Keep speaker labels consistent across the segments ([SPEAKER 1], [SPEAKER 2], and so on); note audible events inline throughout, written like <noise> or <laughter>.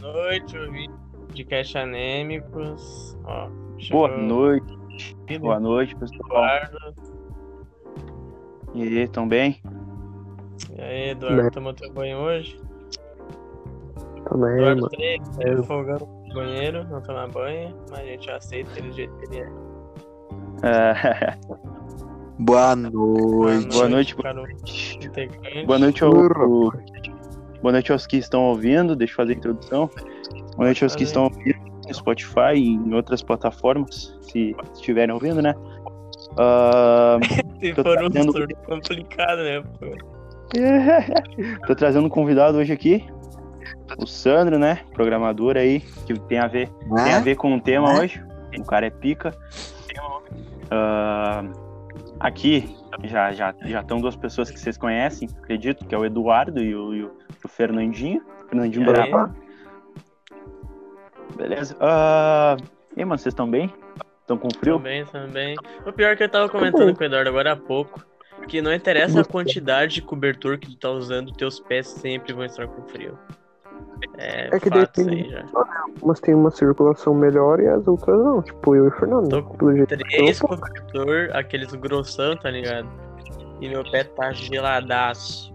[SPEAKER 1] noite, ouvintes de Cast Anêmicos. Ó, chegou
[SPEAKER 2] Boa noite.
[SPEAKER 1] Beleza.
[SPEAKER 2] Boa noite,
[SPEAKER 1] o
[SPEAKER 2] pessoal.
[SPEAKER 1] Eduardo.
[SPEAKER 2] E aí, tão bem?
[SPEAKER 1] E aí, Eduardo,
[SPEAKER 3] Né?
[SPEAKER 1] tomou teu banho hoje?
[SPEAKER 3] Também,
[SPEAKER 1] Eduardo
[SPEAKER 3] mano.
[SPEAKER 1] 3,
[SPEAKER 3] Eu-
[SPEAKER 1] tá folgando no banheiro, não toma banho, mas a gente aceita ele do jeito que ele é.
[SPEAKER 2] É,
[SPEAKER 4] Boa noite.
[SPEAKER 2] Boa noite,
[SPEAKER 1] Para o integrante.
[SPEAKER 2] boa noite ao,
[SPEAKER 3] Ô,
[SPEAKER 2] boa noite aos que estão ouvindo. Deixa eu fazer a introdução. Boa noite aos que estão ouvindo no Spotify e em outras plataformas, se estiverem ouvindo, né? Ah, <laughs>
[SPEAKER 1] Se
[SPEAKER 2] tô
[SPEAKER 1] for um
[SPEAKER 2] trazendo-
[SPEAKER 1] surdo complicado, né? pô?
[SPEAKER 2] Tô trazendo um convidado hoje aqui, o Sandro, né? Programador aí, que tem a ver, tem a
[SPEAKER 3] É?
[SPEAKER 4] Né?
[SPEAKER 2] ver com o tema
[SPEAKER 4] Né?
[SPEAKER 2] hoje. O cara é pica. Ah, aqui já já já estão duas pessoas que vocês conhecem, acredito, que é o Eduardo e o, e o- o Fernandinho. Fernandinho
[SPEAKER 1] E aí?
[SPEAKER 2] Barabá. Beleza. Ah, e aí, mano, vocês estão bem? Estão com frio?
[SPEAKER 1] Também, também. O pior é que eu tava comentando com o Eduardo agora há pouco, que não interessa a quantidade de cobertor que tu tá usando, teus pés sempre vão estar com frio. É,
[SPEAKER 3] É que
[SPEAKER 1] fato isso
[SPEAKER 3] depende.
[SPEAKER 1] aí já.
[SPEAKER 3] Mas tem uma circulação melhor e as outras não. Tipo, eu e o Fernando.
[SPEAKER 1] Tô com
[SPEAKER 3] Pelo jeito.
[SPEAKER 1] Três cobertor, aqueles grossão, tá ligado? E meu pé tá geladaço.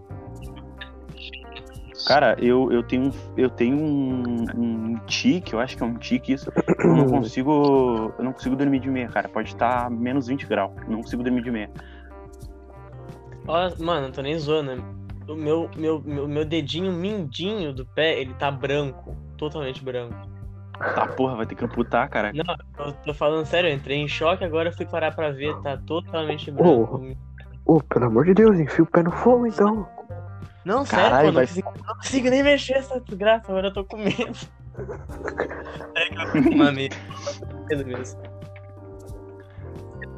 [SPEAKER 2] Cara, eu, eu tenho, um- eu tenho um, um tique, eu acho que é um tique isso. Eu
[SPEAKER 1] <clears throat>
[SPEAKER 2] não consigo. Eu não consigo dormir de meia, cara. Pode estar menos 20 graus. eu Não consigo dormir de meia.
[SPEAKER 1] Ó, mano, não tô nem zoando. né? O meu, meu, meu, meu dedinho mindinho do pé, ele tá branco. Totalmente branco.
[SPEAKER 2] Tá porra, vai ter que amputar, cara.
[SPEAKER 1] Não, eu tô falando sério, eu entrei em choque, agora eu fui parar pra ver, tá totalmente branco.
[SPEAKER 3] Ô, pelo amor de Deus, enfia o pé no fogo então.
[SPEAKER 1] Não, sério,
[SPEAKER 2] Caralho,
[SPEAKER 1] pô, não,
[SPEAKER 2] vai-
[SPEAKER 1] consigo, não consigo nem mexer essa desgraça, agora eu tô com medo. É que eu tô com uma medo. medo mesmo.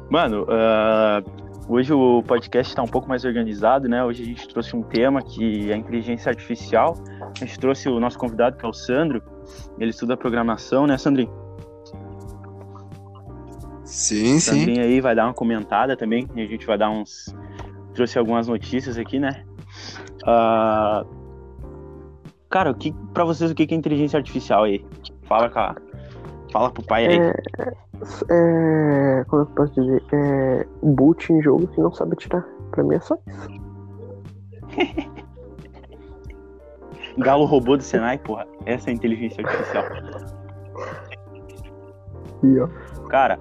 [SPEAKER 2] Mano, ah, hoje o podcast tá um pouco mais organizado, né? Hoje a gente trouxe um tema que é a inteligência artificial. A gente trouxe o nosso convidado, que é o Sandro. Ele estuda programação, né, Sandrinho?
[SPEAKER 4] Sim, sim.
[SPEAKER 2] Sandrinho aí vai dar uma comentada também. E a gente vai dar uns. Trouxe algumas notícias aqui, né? Ah, Cara, o que, pra vocês, o que que é inteligência artificial aí? Fala, cara. Fala pro pai aí.
[SPEAKER 3] É, é. Como eu posso dizer? É. Boot em jogo que não sabe tirar. Pra mim é só isso.
[SPEAKER 2] Galo robô do Senai, porra. Essa é a inteligência artificial.
[SPEAKER 3] E, ó.
[SPEAKER 2] Cara,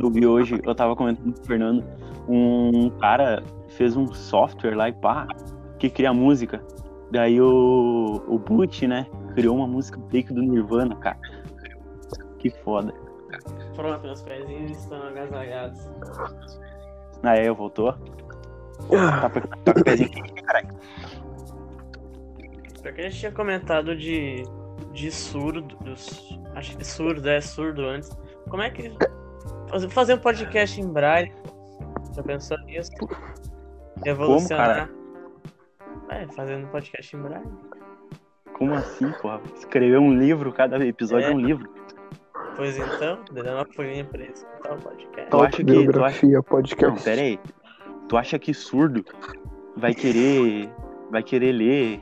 [SPEAKER 2] eu vi hoje, eu tava comentando com o Fernando, um cara fez um software lá e pá, que cria música. Daí o, o Boot, né, criou uma música fake do Nirvana, cara. Que foda.
[SPEAKER 1] Pronto, meus pezinhos estão agasalhados.
[SPEAKER 2] Aí eu Ah, é, voltou. Tá, com- tá com o pezinho
[SPEAKER 1] Pior que a gente tinha comentado de, de surdos. Acho que surdo, é surdo antes. Como é que. faz- Fazer um podcast em braille. Já pensou nisso? Revolucionar. É, fazendo um podcast em braille.
[SPEAKER 2] Como assim, porra? Escreveu um livro, cada episódio é, um livro.
[SPEAKER 1] Pois então, dá uma folhinha pra eles escutar o podcast.
[SPEAKER 2] Eu acho que- eu
[SPEAKER 3] Autobiografia, podcast.
[SPEAKER 2] Não, pera aí. Tu acha que surdo vai querer. Vai querer ler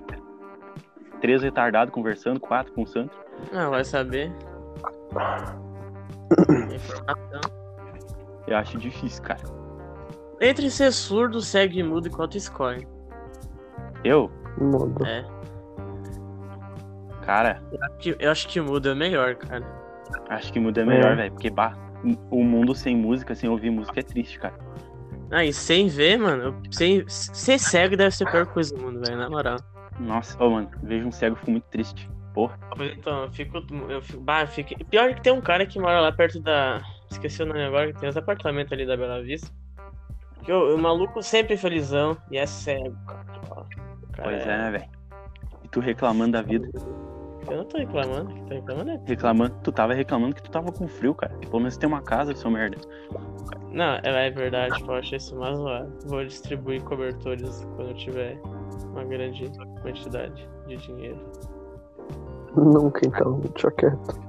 [SPEAKER 2] três retardados conversando, quatro com o Santos?
[SPEAKER 1] Não, vai saber. Informação.
[SPEAKER 2] Eu acho difícil, cara.
[SPEAKER 1] Entre ser surdo, cego e mudo, qual tu escolhe?
[SPEAKER 2] Eu,
[SPEAKER 3] Modo.
[SPEAKER 1] É.
[SPEAKER 2] cara,
[SPEAKER 1] que- Eu acho que mudo é melhor, cara.
[SPEAKER 2] acho que muda é melhor,
[SPEAKER 3] É.
[SPEAKER 2] velho. Porque bah, o mundo sem música, sem ouvir música é triste, cara.
[SPEAKER 1] Aí, Ah, sem ver, mano, sem, ser cego deve ser a pior coisa do mundo, velho, na moral.
[SPEAKER 2] Nossa, ô mano, vejo um cego, fico muito triste. Porra.
[SPEAKER 1] Então, eu fico. Eu fico, bah, eu fico- Pior que tem um cara que mora lá perto da. Esqueci o nome agora, que tem os apartamentos ali da Bela Vista. Que o, o maluco sempre felizão e é cego, cara. Ó, o cara
[SPEAKER 2] Pois é, né, velho? E tu reclamando da vida.
[SPEAKER 1] Eu não tô reclamando, o que eu tô reclamando é.
[SPEAKER 2] Reclamando, tu tava reclamando que tu tava com frio, cara. Pelo menos tem uma casa, seu merda.
[SPEAKER 1] Não, é, é verdade, pô, eu achei isso mais zoado. Vou distribuir cobertores quando eu tiver uma grande quantidade de dinheiro.
[SPEAKER 3] Nunca então, deixa quieto.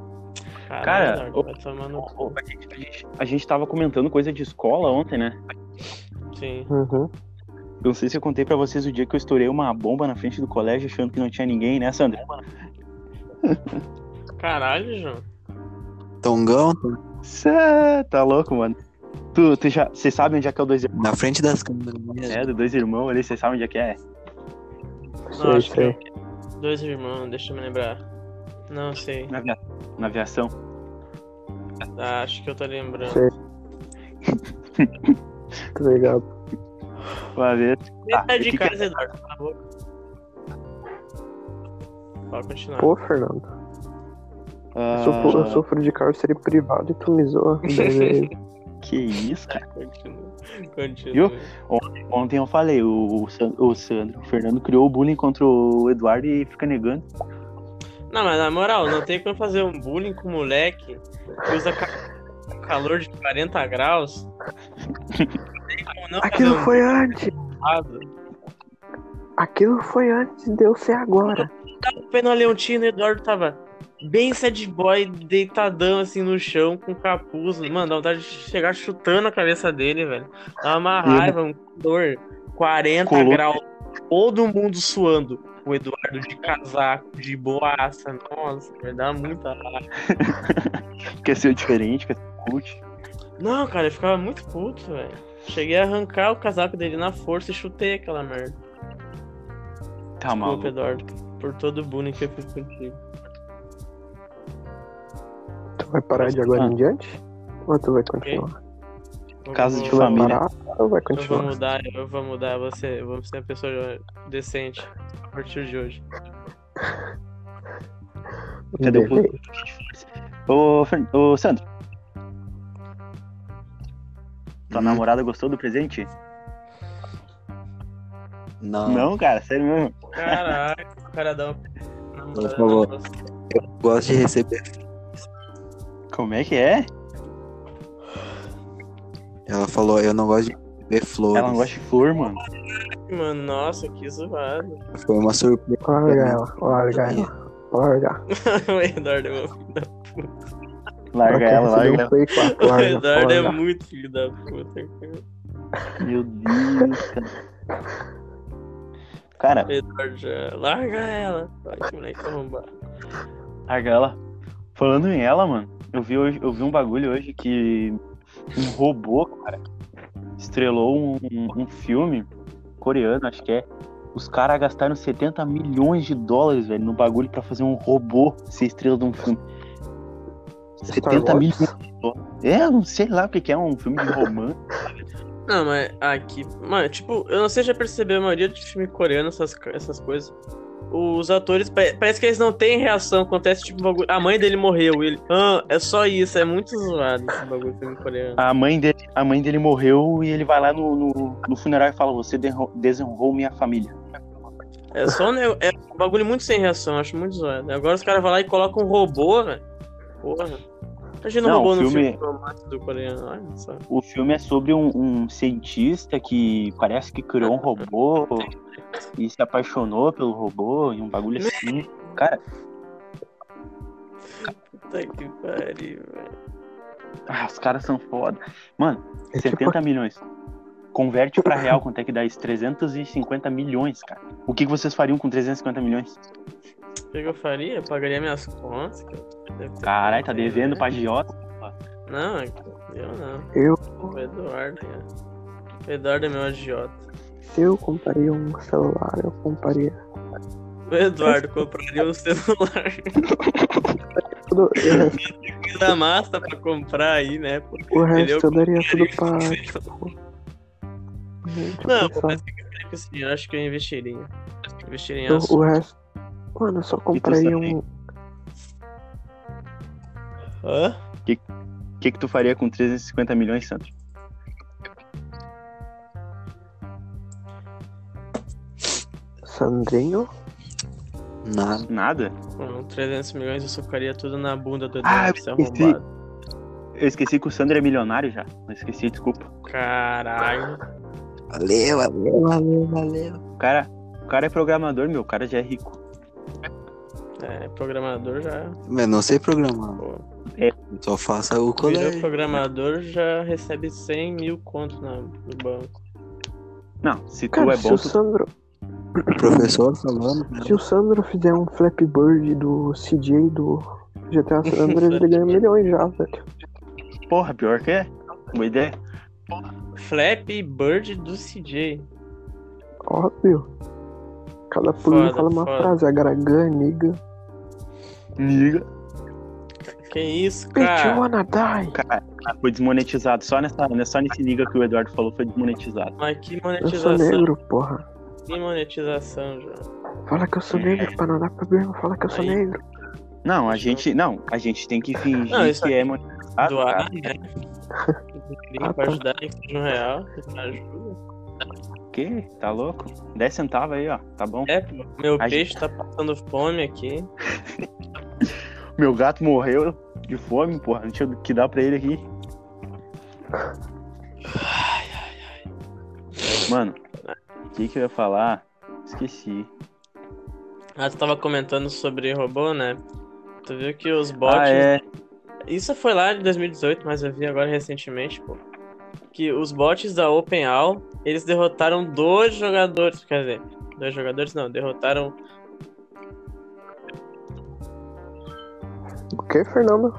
[SPEAKER 2] Cara,
[SPEAKER 1] Eduardo,
[SPEAKER 2] ô-
[SPEAKER 1] vai tomar no
[SPEAKER 2] Ô,
[SPEAKER 1] cu.
[SPEAKER 2] A gente, a gente- a gente tava comentando coisa de escola ontem, né?
[SPEAKER 1] Sim.
[SPEAKER 3] Uhum.
[SPEAKER 2] Eu não sei se eu contei pra vocês o dia que eu estourei uma bomba na frente do colégio achando que não tinha ninguém, né, Sandra?
[SPEAKER 1] Caralho, João.
[SPEAKER 4] Tongão,
[SPEAKER 2] Cê tá louco, mano. Tu, tu já. Vocês sabem onde é que é o dois irmãos?
[SPEAKER 4] na frente das câmeras.
[SPEAKER 2] É, do dois irmãos ali, vocês sabem onde é que é?
[SPEAKER 1] Não,
[SPEAKER 3] Sei,
[SPEAKER 1] acho que
[SPEAKER 3] sei.
[SPEAKER 1] é dois irmãos, deixa eu me lembrar. Não sei.
[SPEAKER 2] Na, avia- na aviação.
[SPEAKER 1] Ah, acho que eu tô lembrando. <laughs>
[SPEAKER 3] Sei. Tá ligado?
[SPEAKER 2] Uma vez.
[SPEAKER 1] Metade
[SPEAKER 2] Ah, e
[SPEAKER 1] de
[SPEAKER 2] que que é?
[SPEAKER 1] casa, Eduardo, cala a boca. Pode continuar.
[SPEAKER 3] Pô, Fernando, eu
[SPEAKER 2] ah,
[SPEAKER 3] sofro, eu sofro de cárcere privado e tu me
[SPEAKER 2] <laughs>
[SPEAKER 3] zoa.
[SPEAKER 2] Que isso, cara.
[SPEAKER 1] Continua. Continua.
[SPEAKER 2] Viu? Ontem eu falei, o, o, San- o Sandro, o Fernando criou o bullying contra o Eduardo e fica negando.
[SPEAKER 1] Não, mas na moral, não tem como fazer um bullying com moleque que usa ca- calor de 40 graus. Não tem como não fazer
[SPEAKER 3] Aquilo
[SPEAKER 1] um
[SPEAKER 3] foi antes!
[SPEAKER 1] errado.
[SPEAKER 3] Aquilo foi antes de eu ser agora.
[SPEAKER 1] Tava o Pena Leontino e o Eduardo tava bem sad boy, deitadão assim no chão, com capuz. Mano, dá vontade de chegar chutando a cabeça dele, velho. Dá uma
[SPEAKER 2] E ele- é
[SPEAKER 1] raiva, um calor, 40
[SPEAKER 2] Colou-
[SPEAKER 1] graus, todo mundo suando. O Eduardo de casaco, de boaça, nossa, vai dar muita raiva.
[SPEAKER 2] Quer ser diferente, quer ser cult.
[SPEAKER 1] Não, cara, eu ficava muito puto, velho. Cheguei a arrancar o casaco dele na força e chutei aquela merda.
[SPEAKER 2] Tá mal.
[SPEAKER 1] Desculpa, Eduardo, por todo o bullying que eu fiz contigo.
[SPEAKER 3] Tu vai parar de agora
[SPEAKER 2] Ah.
[SPEAKER 3] em diante? Ou tu vai continuar?
[SPEAKER 2] Caso de
[SPEAKER 1] Eu
[SPEAKER 3] Tu
[SPEAKER 1] vou-
[SPEAKER 3] vai
[SPEAKER 2] Família.
[SPEAKER 3] parar ou vai
[SPEAKER 1] Eu vou
[SPEAKER 3] continuar?
[SPEAKER 1] mudar, eu vou mudar, eu vou ser, eu vou ser uma pessoa decente a partir de hoje.
[SPEAKER 2] Já deu pulo. Ô, Fern... Ô, Sandro. Tua
[SPEAKER 4] Hum.
[SPEAKER 2] namorada gostou do presente?
[SPEAKER 4] Não.
[SPEAKER 2] Não, cara, sério mesmo.
[SPEAKER 1] Caraca, o cara dá um uma.
[SPEAKER 4] Por favor. Gosto de receber.
[SPEAKER 2] Como é que é?
[SPEAKER 4] Ela falou, eu não gosto de receber flores.
[SPEAKER 2] Ela não gosta de flor, mano.
[SPEAKER 1] Mano, nossa, que zoado. <laughs>
[SPEAKER 4] Foi uma surpresa.
[SPEAKER 3] Larga ela, larga ela. Larga.
[SPEAKER 1] o Eduardo, é um-
[SPEAKER 2] Larga ela,
[SPEAKER 3] quer
[SPEAKER 2] larga
[SPEAKER 3] receber um
[SPEAKER 2] ela.
[SPEAKER 3] Play 4,
[SPEAKER 1] o
[SPEAKER 2] <laughs>
[SPEAKER 3] larga,
[SPEAKER 1] Eduardo é
[SPEAKER 3] larga.
[SPEAKER 1] muito filho da puta. cara.
[SPEAKER 2] Meu Deus, cara. Cara,
[SPEAKER 1] O Eduardo já. Larga ela. Vai, que moleque arrombado.
[SPEAKER 2] larga ela. Falando em ela, mano, eu vi, hoje, eu vi um bagulho hoje que um robô, cara, estrelou um, um- um filme coreano, acho que é. Os caras gastaram 70 milhões de dólares, velho, no bagulho pra fazer um robô ser estrela de um filme.
[SPEAKER 3] Star
[SPEAKER 2] 70
[SPEAKER 3] Wars?
[SPEAKER 2] milhões de dólares. É, eu não sei lá o que que é, um filme de romance.
[SPEAKER 1] Não, mas aqui. Mano, tipo, eu não sei se já percebeu a maioria de filme coreano, essas, essas coisas. Os atores, pa- parece que eles não têm reação. Acontece tipo um bagulho. A mãe dele morreu. Ele. Ah, é só isso. É muito zoado esse bagulho de filme coreano.
[SPEAKER 2] A mãe dele, a mãe dele morreu e ele vai lá no, no, no funeral e fala: Você derro- desonrou minha família.
[SPEAKER 1] É só um, neg- é um bagulho muito sem reação, acho muito zoado. Agora os caras vão lá e colocam um robô, velho. Porra. Imagina um
[SPEAKER 2] Não,
[SPEAKER 1] robô
[SPEAKER 2] o
[SPEAKER 1] no
[SPEAKER 2] filme-
[SPEAKER 1] filme romance do coreano, olha só.
[SPEAKER 2] O filme é sobre um, um cientista que parece que criou um robô e se apaixonou pelo robô e um bagulho assim. Cara,
[SPEAKER 1] Puta que pariu, velho.
[SPEAKER 2] ah, os caras são foda. Mano,
[SPEAKER 3] É tipo
[SPEAKER 2] 70 milhões. Converte pra real quanto é que dá isso? 350 milhões, cara. O que que vocês fariam com 350 milhões?
[SPEAKER 1] O que que eu faria? Eu pagaria minhas contas. que eu- deve ter-
[SPEAKER 2] Caralho, tá devendo
[SPEAKER 1] né?
[SPEAKER 2] pra agiota.
[SPEAKER 1] Não, é eu não.
[SPEAKER 3] Eu-
[SPEAKER 1] O Eduardo, né? O Eduardo é meu agiota.
[SPEAKER 3] Se eu compraria um celular, eu compraria.
[SPEAKER 1] O Eduardo compraria um celular <laughs>
[SPEAKER 3] Tudo, e
[SPEAKER 2] <laughs>
[SPEAKER 3] o resto,
[SPEAKER 1] da massa pra comprar aí, né? pô?
[SPEAKER 3] o resto
[SPEAKER 1] é o
[SPEAKER 3] eu daria tudo pra. tipo, Gente,
[SPEAKER 1] Não,
[SPEAKER 2] é
[SPEAKER 3] pensar.
[SPEAKER 1] mas eu creio que sim, eu acho que eu investiria. Investiria em
[SPEAKER 3] Eu-
[SPEAKER 1] ações.
[SPEAKER 3] o resto. Mano, eu só comprei
[SPEAKER 2] também?
[SPEAKER 3] um.
[SPEAKER 1] Hã?
[SPEAKER 2] O que que tu faria com 350 milhões, Sandro?
[SPEAKER 3] Sandrinho.
[SPEAKER 4] Nada.
[SPEAKER 2] Nada?
[SPEAKER 1] Com 300 milhões eu socaria tudo na bunda do
[SPEAKER 2] Ah,
[SPEAKER 1] Eduardo, isso é
[SPEAKER 2] esqueci.
[SPEAKER 1] arrombado.
[SPEAKER 2] Eu esqueci que o Sandro é milionário já. Eu esqueci, desculpa.
[SPEAKER 1] Caralho.
[SPEAKER 4] Valeu, valeu, valeu, valeu.
[SPEAKER 2] O cara, o cara é programador, meu. O cara já é rico.
[SPEAKER 1] É, programador já.
[SPEAKER 4] Mas não sei programar.
[SPEAKER 1] Pô,
[SPEAKER 2] É.
[SPEAKER 4] Só faça
[SPEAKER 1] virou
[SPEAKER 4] o colégio.
[SPEAKER 1] programador já recebe 100 mil conto na- no banco.
[SPEAKER 2] Não, se tu
[SPEAKER 3] Cara,
[SPEAKER 2] é
[SPEAKER 3] se
[SPEAKER 2] bom,
[SPEAKER 3] o
[SPEAKER 2] tu...
[SPEAKER 3] Sandro.
[SPEAKER 4] O professor falando. né?
[SPEAKER 3] Se o Sandro fizer um Flap Bird do CJ do GTA
[SPEAKER 2] <laughs>
[SPEAKER 3] San Andreas, ele ganha milhões já, velho.
[SPEAKER 2] Porra, pior que é. Boa ideia.
[SPEAKER 1] Flap Bird do CJ.
[SPEAKER 3] Óbvio. Cada pulinho
[SPEAKER 1] Foda,
[SPEAKER 3] fala uma
[SPEAKER 1] foda.
[SPEAKER 3] frase, agaragã, niga.
[SPEAKER 2] Liga.
[SPEAKER 1] Que isso,
[SPEAKER 3] Bitch, you
[SPEAKER 1] cara?
[SPEAKER 3] wanna die?
[SPEAKER 2] Cara, foi desmonetizado. Só, nessa, né, só nesse liga que o Eduardo falou foi desmonetizado.
[SPEAKER 1] Mas que
[SPEAKER 3] Eu sou
[SPEAKER 1] monetização,
[SPEAKER 3] negro, porra.
[SPEAKER 1] que monetização, João.
[SPEAKER 3] Fala que eu
[SPEAKER 2] É.
[SPEAKER 3] sou negro, pra não dar problema. Fala que eu sou
[SPEAKER 1] Aí.
[SPEAKER 3] negro.
[SPEAKER 2] Não, a gente. Não, a gente tem que fingir
[SPEAKER 1] Não, isso
[SPEAKER 2] que
[SPEAKER 1] aí-
[SPEAKER 2] é monetizado.
[SPEAKER 1] Do ar, né?
[SPEAKER 2] cara.
[SPEAKER 1] Pra
[SPEAKER 3] Ah, tá.
[SPEAKER 1] ajudar em um real, me ajuda.
[SPEAKER 2] O quê? Tá louco? 10 centavos aí, ó. Tá bom.
[SPEAKER 1] né? É, pô, meu
[SPEAKER 2] A
[SPEAKER 1] peixe tá passando fome aqui.
[SPEAKER 2] Meu gato morreu de fome, porra. Não tinha o que dar pra ele aqui. Mano, o que que eu ia falar? Esqueci.
[SPEAKER 1] Ah, tu tava comentando sobre robô, né? Tu viu que os bots.
[SPEAKER 2] Ah, é.
[SPEAKER 1] Isso foi lá de 2018, mas eu vi agora recentemente, pô. Que os bots da OpenAL, eles derrotaram dois jogadores. Quer dizer, dois jogadores não, derrotaram.
[SPEAKER 3] O que, Fernando?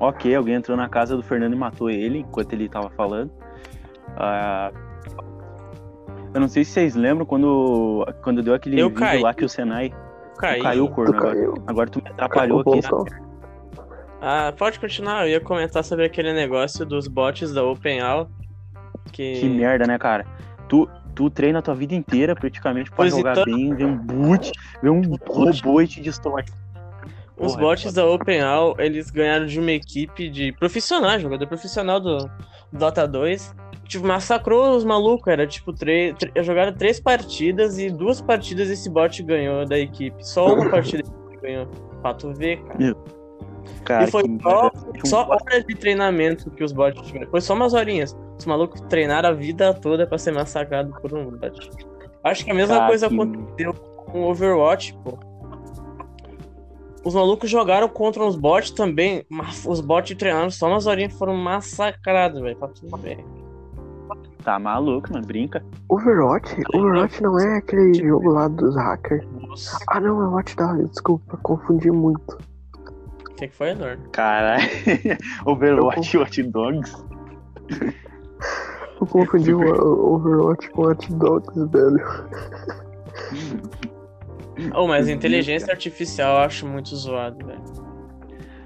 [SPEAKER 2] Ok, alguém entrou na casa do Fernando e matou ele enquanto ele tava falando. Ah, eu não sei se vocês lembram quando, quando deu aquele
[SPEAKER 1] Eu
[SPEAKER 2] vídeo
[SPEAKER 1] caí.
[SPEAKER 2] lá que o Senai
[SPEAKER 1] Caiu.
[SPEAKER 2] caiu o
[SPEAKER 3] Tu
[SPEAKER 2] corno. Agora,
[SPEAKER 3] caiu.
[SPEAKER 2] agora tu me atrapalhou
[SPEAKER 3] Acabou,
[SPEAKER 2] aqui. né?
[SPEAKER 3] então.
[SPEAKER 1] Ah, pode continuar, eu ia comentar sobre aquele negócio dos bots da OpenAL. Que.
[SPEAKER 2] Que merda, né, cara? Tu, tu treina a tua vida inteira praticamente pra
[SPEAKER 1] Pois
[SPEAKER 2] jogar
[SPEAKER 1] então.
[SPEAKER 2] bem, ver um boot, ver um robô e te destrói.
[SPEAKER 1] Os
[SPEAKER 2] Porra, é
[SPEAKER 1] bots da OpenAL, eles ganharam de uma equipe de profissionais, jogador profissional do Dota 2. Tipo, massacrou os malucos, era tipo, três, tr- jogaram três partidas e duas partidas esse bot ganhou da equipe. Só uma partida ele ganhou. Pra tu ver, cara.
[SPEAKER 2] Cara,
[SPEAKER 1] e foi
[SPEAKER 2] que
[SPEAKER 1] só,
[SPEAKER 2] merda. Tinha um
[SPEAKER 1] só
[SPEAKER 2] bot-
[SPEAKER 1] horas de treinamento que os bots tiveram. Foi só umas horinhas. Os malucos treinaram a vida toda pra ser massacrado por um bot. Acho que a mesma
[SPEAKER 2] Cara,
[SPEAKER 1] coisa
[SPEAKER 2] que-
[SPEAKER 1] aconteceu com um Overwatch, pô. Os malucos jogaram contra os bots também, mas os bots treinaram só umas horinhas e foram massacrados, velho. Pra tudo bem.
[SPEAKER 2] Tá maluco, mano, brinca.
[SPEAKER 3] Overwatch? Overwatch não é aquele jogo lá dos hackers.
[SPEAKER 1] Nossa,
[SPEAKER 3] Ah, não, é Watchdown. Desculpa, confundi muito.
[SPEAKER 1] o que que foi, Eduardo?
[SPEAKER 2] Caralho, <laughs> Overwatch, Watch Dogs.
[SPEAKER 3] Eu confundi o o Overwatch com Hot Dogs, velho.
[SPEAKER 1] Oh, mas
[SPEAKER 2] Meu Deus,
[SPEAKER 1] inteligência artificial eu acho muito zoado, velho.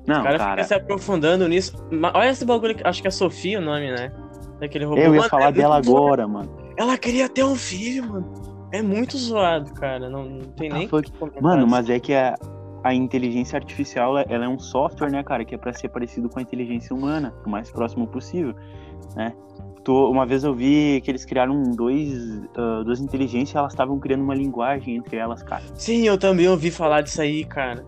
[SPEAKER 2] Não,
[SPEAKER 1] O cara,
[SPEAKER 2] cara,
[SPEAKER 1] fica se aprofundando nisso. Ma- Olha esse bagulho, que- acho que é Sofia o nome, né? Daquele robô.
[SPEAKER 2] eu ia
[SPEAKER 1] Mano, é
[SPEAKER 2] falar dela
[SPEAKER 1] muito zoado.
[SPEAKER 2] agora, mano.
[SPEAKER 1] Ela queria ter um filho, mano. É muito zoado, cara. Não, não tem
[SPEAKER 2] Tá,
[SPEAKER 1] nem.
[SPEAKER 2] foi-
[SPEAKER 1] o que comentar
[SPEAKER 2] Mano,
[SPEAKER 1] disso.
[SPEAKER 2] mas é que a, a inteligência artificial, ela é um software, né, cara, que é pra ser parecido com a inteligência humana, o mais próximo possível, né? Tô, uma vez eu vi que eles criaram um, dois, ah, duas inteligências e elas estavam criando uma linguagem entre elas, cara.
[SPEAKER 1] Sim, eu também ouvi falar disso aí, cara.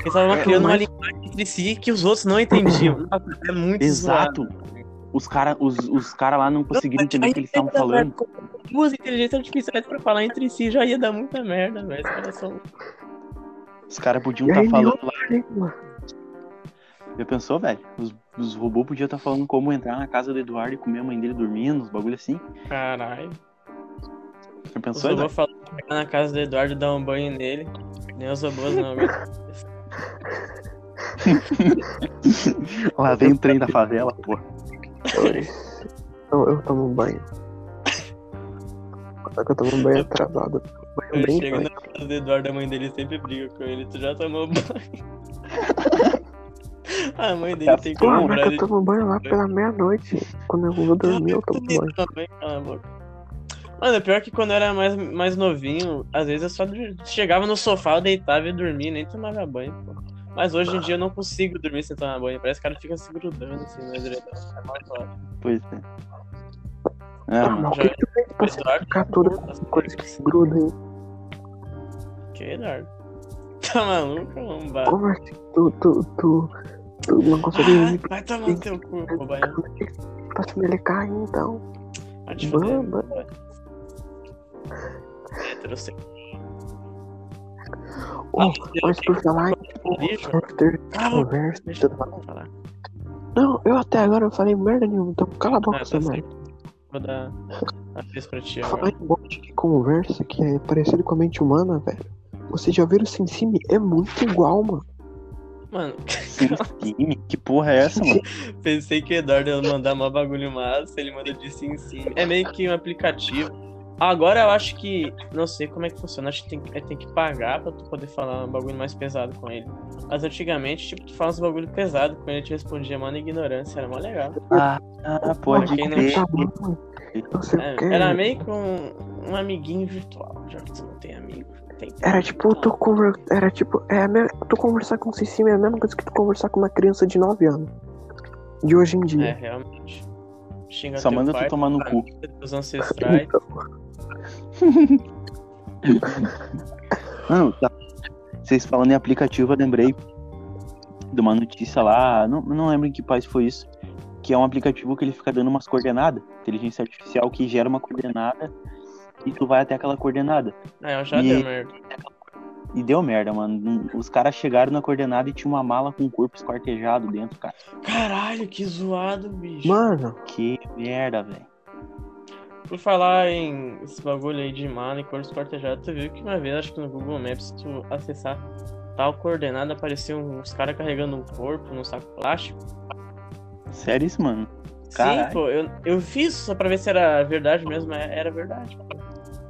[SPEAKER 1] Eles estavam
[SPEAKER 2] É,
[SPEAKER 1] criando uma
[SPEAKER 2] mas-
[SPEAKER 1] linguagem entre si que os outros não entendiam. Nossa, É muito zoado.
[SPEAKER 2] Exato. Os caras os, os cara lá não conseguiram
[SPEAKER 1] Mas
[SPEAKER 2] entender o né, que
[SPEAKER 1] aí
[SPEAKER 2] eles estavam
[SPEAKER 1] ainda,
[SPEAKER 2] falando.
[SPEAKER 1] velho, com Duas inteligências artificiais pra falar entre si já ia dar muita merda, velho. Os caras são- um
[SPEAKER 2] Os caras podiam
[SPEAKER 3] E
[SPEAKER 2] estar
[SPEAKER 3] aí,
[SPEAKER 2] falando lá.
[SPEAKER 3] Caramba.
[SPEAKER 2] Já pensou, velho? Os, os robôs podiam estar falando como entrar na casa do Eduardo e comer a mãe dele dormindo, uns bagulho assim.
[SPEAKER 1] Caralho.
[SPEAKER 2] Já
[SPEAKER 1] Os
[SPEAKER 2] pensou, Eduardo?
[SPEAKER 1] robôs falam que vai na casa do Eduardo e dar um banho nele. Nem os robôs não
[SPEAKER 2] <laughs>
[SPEAKER 1] aguentam.
[SPEAKER 2] Lá vem o trem da favela, pô.
[SPEAKER 3] Não, eu tomo um banho. Só que eu tomo um banho atrasado. Banho
[SPEAKER 1] Eu
[SPEAKER 3] bem
[SPEAKER 1] chego na
[SPEAKER 3] tarde.
[SPEAKER 1] casa do Eduardo, a mãe dele sempre briga com ele. Tu já tomou
[SPEAKER 2] <laughs>
[SPEAKER 1] banho? a mãe
[SPEAKER 2] Tá
[SPEAKER 1] dele tem que
[SPEAKER 3] Pô,
[SPEAKER 2] Não,
[SPEAKER 3] Ah, mas é
[SPEAKER 1] comprar
[SPEAKER 3] eu tomo um banho lá pela meia-noite. Quando eu vou dormir, eu tomo um banho.
[SPEAKER 1] Também, cala a boca. Mano, é pior que quando eu era mais, mais novinho, às vezes eu só dur- chegava no sofá, eu deitava e dormia, nem tomava banho, pô. Mas hoje em dia eu não consigo dormir sem tomar banho. Parece que o cara fica se grudando assim no edredom. É mó foda.
[SPEAKER 2] Pois é. É,
[SPEAKER 3] Ah,
[SPEAKER 2] mano.
[SPEAKER 3] mas o que que tem pra se
[SPEAKER 1] Eduardo,
[SPEAKER 3] ficar toda
[SPEAKER 1] Nossa,
[SPEAKER 3] é coisa que se gruda, hein?
[SPEAKER 1] Que, Eduardo? <laughs> Tá maluco, lombado?
[SPEAKER 3] Como assim? Tu, tu, tu, tu não consegue
[SPEAKER 1] Ah,
[SPEAKER 3] ir
[SPEAKER 1] vai tomar no teu cu, ô baiano.
[SPEAKER 3] pra se melecar aí, então.
[SPEAKER 1] Vai te fuder,
[SPEAKER 3] Mano.
[SPEAKER 1] vai. Heterossexual,
[SPEAKER 3] Oh, mas por falar em
[SPEAKER 1] lixo.
[SPEAKER 3] software
[SPEAKER 1] Cala a boca,
[SPEAKER 3] conversa e
[SPEAKER 1] deixa
[SPEAKER 3] tudo
[SPEAKER 1] eu
[SPEAKER 3] mais.
[SPEAKER 1] falar. Ah,
[SPEAKER 3] Não, eu até agora não falei merda nenhuma, então cala a boca,
[SPEAKER 1] Ah,
[SPEAKER 3] seu
[SPEAKER 1] tá
[SPEAKER 3] merda.
[SPEAKER 1] certo. tá Vou dar a vez pra ti
[SPEAKER 3] Falar
[SPEAKER 1] agora.
[SPEAKER 3] em bot que conversa, que é parecido com a mente humana, velho. Vocês já viram o SimSimi? É muito igual, mano.
[SPEAKER 1] Mano,
[SPEAKER 2] Sim, sim. Que porra é essa, mano?
[SPEAKER 1] pensei que o Eduardo ia mandar mó bagulho massa, ele manda de sim sim. É meio que um aplicativo. Agora eu acho que. Não sei como é que funciona. Acho que tem, que- é, tem que pagar pra tu poder falar um bagulho mais pesado com ele. Mas antigamente, tipo, tu fala uns bagulho pesado com ele, te respondia, mano, ignorância. Era mó legal.
[SPEAKER 2] Ah, ah, pode
[SPEAKER 1] Pra quem não
[SPEAKER 2] crer.
[SPEAKER 3] Tá bom, mano. Então, Não sei o
[SPEAKER 1] É,
[SPEAKER 3] que.
[SPEAKER 1] Era meio que um, um amiguinho virtual, já que tu não tem amigo. Tem que ter
[SPEAKER 3] Era
[SPEAKER 1] amigo.
[SPEAKER 3] tipo, tu conver... era tipo, é a me... tu conversar com o Cicime é a mesma coisa que tu conversar com uma criança de 9 anos. De hoje em
[SPEAKER 1] É,
[SPEAKER 3] dia.
[SPEAKER 1] realmente. Xinga
[SPEAKER 2] Só
[SPEAKER 1] teu
[SPEAKER 2] manda
[SPEAKER 1] pai,
[SPEAKER 2] tu tomar no cu.
[SPEAKER 1] família, teus ancestrais.
[SPEAKER 3] Então,
[SPEAKER 2] Mano, tá- vocês falando em aplicativo, eu lembrei de uma notícia lá, não, não lembro em que país foi isso, que é um aplicativo que ele fica dando umas coordenadas, inteligência artificial que gera uma coordenada e tu vai até aquela coordenada.
[SPEAKER 1] Ah, eu já
[SPEAKER 2] E-
[SPEAKER 1] deu merda.
[SPEAKER 2] E deu merda, mano. Os caras chegaram na coordenada e tinha uma mala com o corpo esquartejado dentro, cara.
[SPEAKER 1] Caralho, que zoado, bicho.
[SPEAKER 3] Mano,
[SPEAKER 2] Que merda, velho.
[SPEAKER 1] Por falar em esse bagulho aí de mala e cor esquartejada, tu viu que uma vez, acho que no Google Maps, tu acessar tal coordenada, apareciam uns caras carregando um corpo num saco plástico.
[SPEAKER 2] Sério isso, mano?
[SPEAKER 1] Sim,
[SPEAKER 2] Caralho.
[SPEAKER 1] pô, eu, eu fiz só pra ver se era verdade mesmo, mas era verdade.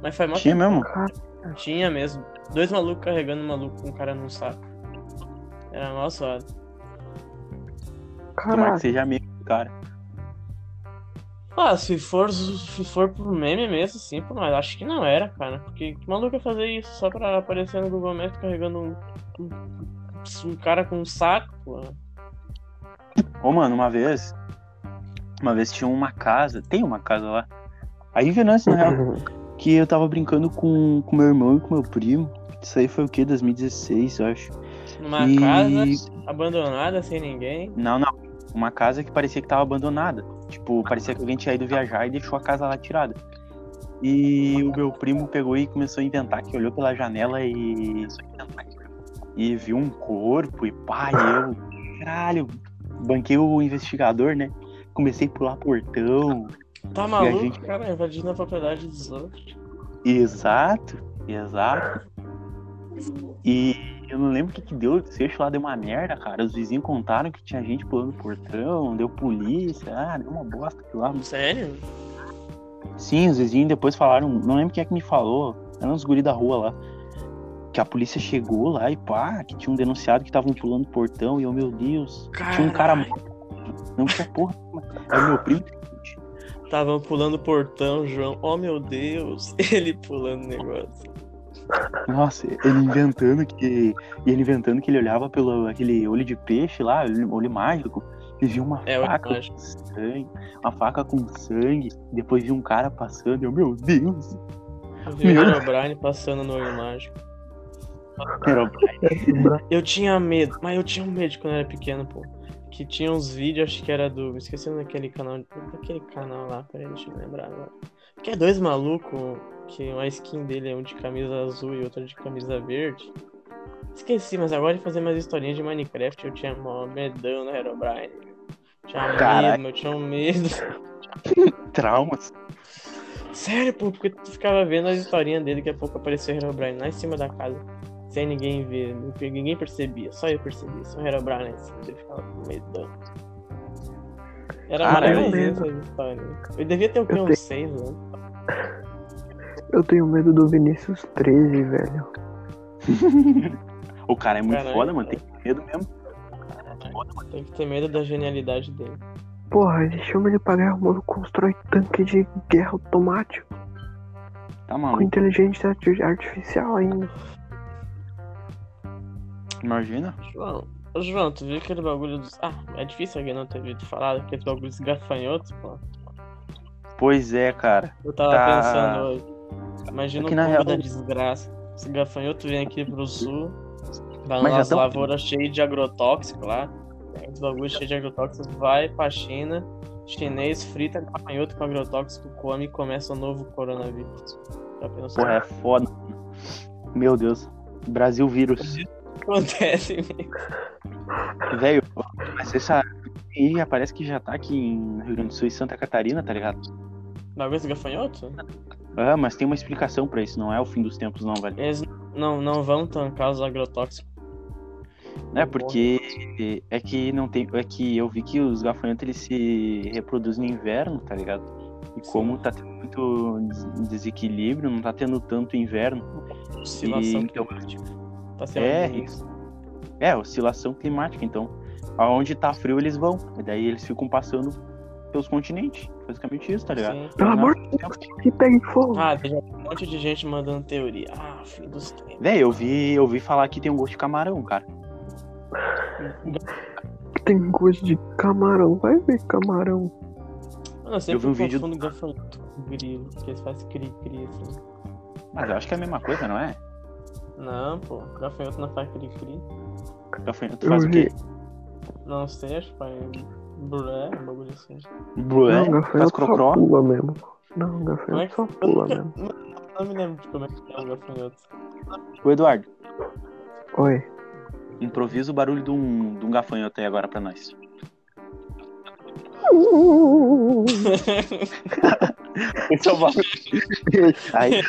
[SPEAKER 1] Mas foi mó
[SPEAKER 2] Tinha
[SPEAKER 3] assim?
[SPEAKER 2] mesmo?
[SPEAKER 1] Tinha mesmo. Dois malucos carregando um maluco com um cara num saco. Era mal zoado.
[SPEAKER 2] Tomara que
[SPEAKER 3] caraca.
[SPEAKER 2] seja amigo do cara.
[SPEAKER 1] Ah, se for, se for pro meme mesmo, sim, pô, mas acho que não era, cara. Porque que maluco ia fazer isso só pra aparecer no Google Maps carregando um, um, um cara com um saco, pô.
[SPEAKER 2] Ô, mano, uma vez. Uma vez tinha uma casa. Tem uma casa lá. Aí Venâncio, na real. que eu tava brincando com, com meu irmão e com meu primo. Isso aí foi o quê? 2016, eu acho.
[SPEAKER 1] Numa
[SPEAKER 2] E-
[SPEAKER 1] casa abandonada, sem ninguém.
[SPEAKER 2] Não, não. Uma casa que parecia que tava abandonada. Tipo, parecia que alguém tinha ido viajar e deixou a casa lá tirada. E o meu primo pegou e começou a inventar que olhou pela janela e. né? E viu um corpo e pá, e eu. Caralho, banquei o investigador, né? Comecei a pular portão.
[SPEAKER 1] Tá maluco,
[SPEAKER 2] gente-
[SPEAKER 1] cara, invadindo a propriedade dos outros.
[SPEAKER 2] Exato, exato. E eu não lembro o que, que deu, o desfecho lá deu uma merda, cara. Os vizinhos contaram que tinha gente pulando portão, deu polícia, ah, deu uma bosta aquilo lá.
[SPEAKER 1] Sério?
[SPEAKER 2] Sim, os vizinhos depois falaram, não lembro quem é que me falou, eram uns guri da rua lá. Que a polícia chegou lá e pá, que tinha um denunciado que estavam pulando portão, e eu, meu Deus, tinha um cara
[SPEAKER 1] Caralho.
[SPEAKER 2] morto. Não tinha porra. nenhuma. Aí meu primo
[SPEAKER 1] Estavam pulando o portão, João. Oh meu Deus, <laughs> ele pulando o negócio.
[SPEAKER 2] Nossa, ele inventando que. e Ele inventando que ele olhava pelo aquele olho de peixe lá, olho olho mágico, e viu uma
[SPEAKER 1] É, olho
[SPEAKER 2] faca
[SPEAKER 1] mágico.
[SPEAKER 2] com sangue, uma faca com sangue, depois viu um cara passando, e eu, meu Deus!
[SPEAKER 1] Eu vi
[SPEAKER 2] Meu.
[SPEAKER 1] o Herobrine passando no olho mágico.
[SPEAKER 2] Era-
[SPEAKER 1] Eu tinha medo, mas eu tinha um medo quando eu era pequeno, pô. Que tinha uns vídeos, acho que era do. me Esqueci daquele canal. Daquele canal lá, peraí, deixa eu me lembrar agora. Que é dois malucos, que uma skin dele é um de camisa azul e outra de camisa verde. Esqueci, mas agora de fazer mais historinhas de Minecraft, eu tinha mó medão no Herobrine. Tinha
[SPEAKER 2] Caralho.
[SPEAKER 1] medo, eu tinha um medo.
[SPEAKER 2] Traumas.
[SPEAKER 1] Sério, pô, porque tu ficava vendo as historinhas dele, daqui a pouco apareceu o Herobrine lá em cima da casa, sem ninguém ver, ninguém percebia, só eu percebia, só o Herobrine lá em cima, eu ficava com medo. Era
[SPEAKER 2] Cara, eu
[SPEAKER 1] maravilhoso essas histórias. Eu devia ter o quê?
[SPEAKER 3] Eu
[SPEAKER 1] Uns seis anos.
[SPEAKER 3] Eu tenho medo do Vinícius 13, velho.
[SPEAKER 2] O cara é muito
[SPEAKER 1] Caralho,
[SPEAKER 2] foda,
[SPEAKER 1] cara.
[SPEAKER 2] mano. Tem que ter medo mesmo.
[SPEAKER 1] Tem que ter medo da genialidade dele.
[SPEAKER 3] Porra, ele chama ele pra guerra, o mano constrói tanque de guerra automático
[SPEAKER 2] Tá
[SPEAKER 3] com
[SPEAKER 2] maluco.
[SPEAKER 3] inteligência arti- artificial ainda.
[SPEAKER 2] Imagina.
[SPEAKER 1] João, ô, João, tu viu aquele bagulho dos. Ah, é difícil alguém não ter ouvido falar daqueles bagulhos gafanhotos, pô.
[SPEAKER 2] Pois é, cara.
[SPEAKER 1] Eu tava
[SPEAKER 2] Tá.
[SPEAKER 1] pensando hoje. Imagina
[SPEAKER 2] Aqui
[SPEAKER 1] o
[SPEAKER 2] na
[SPEAKER 1] combo
[SPEAKER 2] real-
[SPEAKER 1] da desgraça. Esse gafanhoto vem aqui pro sul, vai
[SPEAKER 2] Mas já
[SPEAKER 1] nas
[SPEAKER 2] tão-
[SPEAKER 1] lavouras cheias de agrotóxico lá. Os bagulhos cheios de agrotóxico vai pra China. Chinês frita gafanhoto com agrotóxico, come e começa um novo coronavírus. Tá Já pensou?
[SPEAKER 2] Porra, é foda. Meu Deus. Brasil vírus.
[SPEAKER 1] O que acontece? velho?
[SPEAKER 2] Velho, mas essa. E parece que já tá aqui em Rio Grande do Sul e Santa Catarina, tá ligado?
[SPEAKER 1] Bagulho do gafanhoto?
[SPEAKER 2] Ah, mas tem uma explicação pra isso, não é o fim dos tempos, não, velho.
[SPEAKER 1] Eles não, não vão tancar os agrotóxicos.
[SPEAKER 2] É porque é que não tem. É que eu vi que os gafanhotos eles se reproduzem no inverno, tá ligado? E
[SPEAKER 1] Sim.
[SPEAKER 2] como tá tendo muito des- desequilíbrio, não tá tendo tanto inverno.
[SPEAKER 1] Oscilação
[SPEAKER 2] E-
[SPEAKER 1] climática. Tá sendo
[SPEAKER 2] tipo. É,
[SPEAKER 1] ruim.
[SPEAKER 2] isso. É, oscilação climática, então. Aonde tá frio, eles vão. E daí eles ficam passando pelos continentes. Basicamente isso, tá ligado?
[SPEAKER 1] Sim.
[SPEAKER 3] Pelo
[SPEAKER 2] Não,
[SPEAKER 3] amor de Deus, que pega fogo.
[SPEAKER 1] Ah, tem um monte de gente mandando teoria. Ah, fim dos tempos.
[SPEAKER 2] Véi, eu vi, eu vi falar que tem um gosto de camarão, cara.
[SPEAKER 3] Tem gosto de camarão. Vai ver camarão.
[SPEAKER 1] Mano, eu sempre
[SPEAKER 2] vi um vídeo-
[SPEAKER 1] confundo gafanhoto com grilo, porque eles fazem cri-cri assim.
[SPEAKER 2] Mas eu acho que é a mesma coisa, não é?
[SPEAKER 1] Não, pô, gafanhoto não faz cri-cri.
[SPEAKER 2] Gafanhoto
[SPEAKER 3] Eu
[SPEAKER 2] faz o
[SPEAKER 3] vi.
[SPEAKER 2] quê?
[SPEAKER 1] Não sei, acho que faz brulé, um bagulho assim.
[SPEAKER 2] Brué?
[SPEAKER 3] não,
[SPEAKER 2] É? Faz
[SPEAKER 3] gafanhoto só
[SPEAKER 2] crocró?
[SPEAKER 3] pula mesmo. Não,
[SPEAKER 1] Como é
[SPEAKER 3] gafanhoto
[SPEAKER 1] que-
[SPEAKER 3] só pula mesmo.
[SPEAKER 1] Não me lembro de como é que é o gafanhoto.
[SPEAKER 2] Ô, Eduardo,
[SPEAKER 3] Oi.
[SPEAKER 2] improvisa o barulho de um, de um gafanhoto aí agora pra <laughs> nós. Esse é o barulho. aí,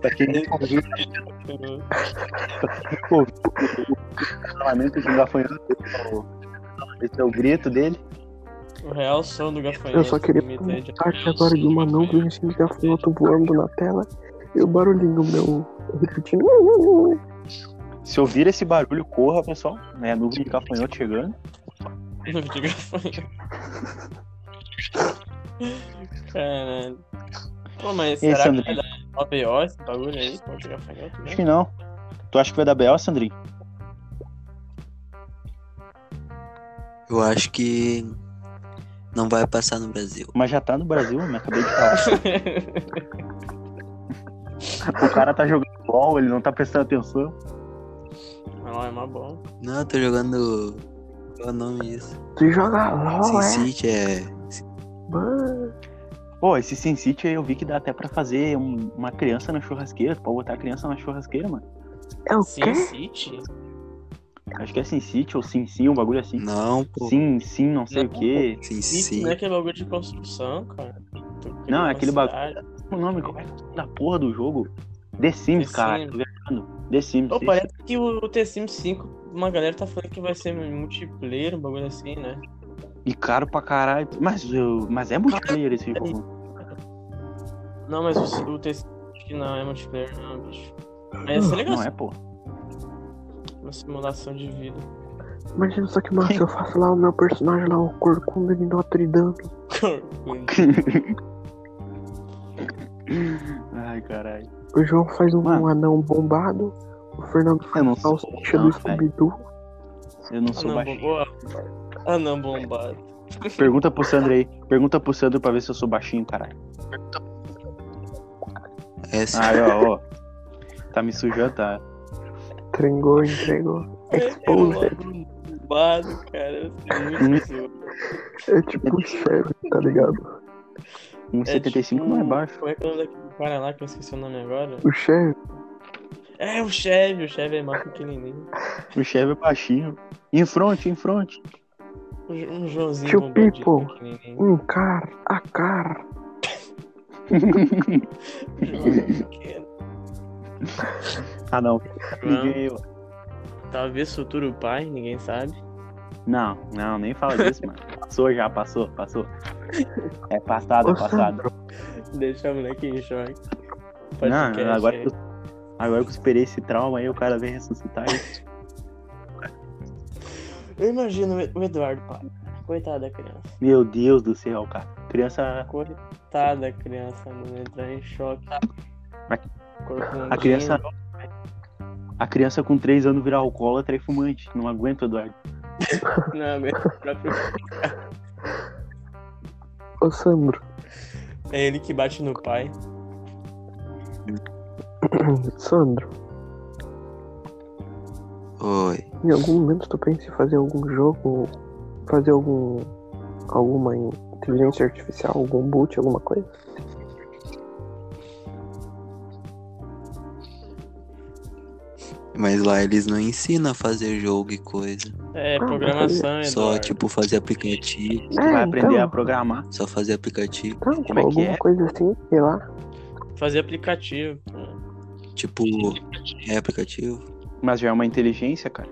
[SPEAKER 2] pra quem nem ouviu, <laughs> o parlamento de um gafanhoto, esse é o- esse é o grito dele.
[SPEAKER 1] O real som do gafanhoto.
[SPEAKER 3] Eu só queria
[SPEAKER 1] imita aí de-
[SPEAKER 3] perguntar que agora de uma não que eu recebi gafanhoto voando na tela e o barulhinho meu repetindo.
[SPEAKER 2] Se ouvir esse barulho, corra, pessoal. É a nuvem de gafanhoto chegando.
[SPEAKER 1] Nome de gafanhoto. Caralho. Pô, mas
[SPEAKER 2] E aí,
[SPEAKER 1] será
[SPEAKER 2] Sandro?
[SPEAKER 1] que vai dar OBO esse bagulho aí? Pô, de gafanhoto
[SPEAKER 2] Acho
[SPEAKER 1] mesmo?
[SPEAKER 2] <laughs> que não. Tu acha que vai dar B.O., Sandrinho?
[SPEAKER 4] Eu acho que não vai passar no Brasil.
[SPEAKER 2] Mas já tá no Brasil, né? Acabei de falar. <laughs> o cara tá jogando LOL, ele não tá prestando atenção.
[SPEAKER 1] Mas não é mais bom.
[SPEAKER 4] Não, eu tô jogando. Qual é o nome disso?
[SPEAKER 3] Tu joga LOL, é?
[SPEAKER 4] SimCity é.
[SPEAKER 3] Bah.
[SPEAKER 2] Pô, esse SimCity aí eu vi que dá até pra fazer um- uma criança na churrasqueira. Tu pode botar a criança na churrasqueira, mano.
[SPEAKER 3] É o
[SPEAKER 1] Sim,
[SPEAKER 3] quê?
[SPEAKER 1] City?
[SPEAKER 2] Acho que é SimCity ou SimSim, um bagulho assim.
[SPEAKER 4] Não, pô.
[SPEAKER 2] Sim, sim, não sei o quê.
[SPEAKER 4] Sim,
[SPEAKER 1] City
[SPEAKER 4] sim.
[SPEAKER 2] né?
[SPEAKER 1] não é aquele bagulho de construção, cara. Tu cria
[SPEAKER 2] Não, é
[SPEAKER 1] uma
[SPEAKER 2] aquele
[SPEAKER 1] cidade.
[SPEAKER 2] O nome, como é que é o nome da porra do jogo? The Sims,
[SPEAKER 1] The
[SPEAKER 2] cara.
[SPEAKER 1] Sims.
[SPEAKER 2] Tô viajando. The Sims.
[SPEAKER 1] Pô,
[SPEAKER 2] isso.
[SPEAKER 1] parece que o The Sims 5, uma galera tá falando que vai ser multiplayer, um bagulho assim, né?
[SPEAKER 2] E caro pra caralho. Mas, eu- mas é multiplayer esse jogo.
[SPEAKER 1] Não, mas o, o The Sims acho que não é multiplayer, não, bicho. Mas ia ser legal
[SPEAKER 2] Não é, pô.
[SPEAKER 1] uma simulação de vida. <laughs>
[SPEAKER 3] Imagina só que
[SPEAKER 2] <laughs>
[SPEAKER 3] massa, eu faço lá o meu personagem lá, o Corcunda de Notre Dame.
[SPEAKER 2] Ai, caralho.
[SPEAKER 3] O João faz um
[SPEAKER 2] Mano.
[SPEAKER 3] anão bombado. O Fernando
[SPEAKER 2] Eu não
[SPEAKER 3] faz
[SPEAKER 2] sou
[SPEAKER 3] salsicha
[SPEAKER 2] não,
[SPEAKER 3] do
[SPEAKER 2] velho.
[SPEAKER 3] Scooby-Doo.
[SPEAKER 2] Eu não sou
[SPEAKER 1] Anão Ah,
[SPEAKER 2] baixinho.
[SPEAKER 1] bombado. Anão bombado.
[SPEAKER 2] Pergunta pro Sandro aí. Pergunta pro Sandro pra ver se eu sou baixinho, caralho.
[SPEAKER 4] É assim.
[SPEAKER 2] Aí, ó, ó. Tá me sujando, tá?
[SPEAKER 3] Entregou, entregou. Exposed.
[SPEAKER 1] Anão é bombado, cara. Eu
[SPEAKER 2] Um
[SPEAKER 1] sei muito assim, isso.
[SPEAKER 3] É tipo o
[SPEAKER 2] <laughs>
[SPEAKER 3] chefe, tá ligado?
[SPEAKER 2] 1,75
[SPEAKER 1] tipo-
[SPEAKER 2] não é baixo.
[SPEAKER 1] Como é que é o nome daquele cara lá que eu esqueci o nome agora?
[SPEAKER 3] O chefe,
[SPEAKER 1] É, o Chevy. O Chevy é mais pequenininho.
[SPEAKER 2] O chefe é baixinho. Em front, em front.
[SPEAKER 1] Um Joãozinho
[SPEAKER 3] Tio
[SPEAKER 1] bombadinho
[SPEAKER 3] Pipo.
[SPEAKER 1] pequenininho.
[SPEAKER 3] um car, a car.
[SPEAKER 1] Um Joãozinho pequeno.
[SPEAKER 2] ah, não.
[SPEAKER 1] Não.
[SPEAKER 2] Ninguém-
[SPEAKER 1] Talvez futuro pai, ninguém sabe.
[SPEAKER 2] Não, não, nem fala disso, mano. Passou já, passou, passou. É passado, é
[SPEAKER 3] Ô,
[SPEAKER 2] passado.
[SPEAKER 3] Sandro,
[SPEAKER 1] Deixa a moleque em choque.
[SPEAKER 2] Não,
[SPEAKER 1] Podcast,
[SPEAKER 2] agora
[SPEAKER 1] é.
[SPEAKER 2] que, eu, agora que eu esperei esse trauma aí, o cara vem ressuscitar isso.
[SPEAKER 1] Eu imagino o Eduardo, pai. Coitada da criança.
[SPEAKER 2] <laughs> Meu Deus do céu, cara. Criança.
[SPEAKER 1] Coitada da criança, mano. Entrar em choque. Corcundinho.
[SPEAKER 2] A criança. A criança com 3 anos virar alcoólatra e fumante. Não aguenta, Eduardo.
[SPEAKER 1] Não, aguenta o próprio...
[SPEAKER 3] Ô Sandro,
[SPEAKER 1] É ele que bate no pai.
[SPEAKER 3] Sandro,
[SPEAKER 4] Oi.
[SPEAKER 3] em algum momento tu pensa em fazer algum jogo, fazer algum. alguma inteligência artificial, algum boot, alguma coisa?
[SPEAKER 4] Mas lá eles não ensinam a fazer jogo e coisa.
[SPEAKER 1] É,
[SPEAKER 3] Ah,
[SPEAKER 1] programação,
[SPEAKER 4] Só,
[SPEAKER 1] Eduardo.
[SPEAKER 4] tipo, fazer aplicativo.
[SPEAKER 2] Você vai
[SPEAKER 3] É,
[SPEAKER 2] aprender
[SPEAKER 3] então.
[SPEAKER 2] a programar.
[SPEAKER 4] Só fazer aplicativo.
[SPEAKER 3] Então,
[SPEAKER 2] Como é que
[SPEAKER 3] alguma
[SPEAKER 2] é?
[SPEAKER 3] coisa assim, sei lá.
[SPEAKER 1] Fazer aplicativo. pô.
[SPEAKER 4] Tipo, é aplicativo?
[SPEAKER 2] Mas já é uma inteligência, cara.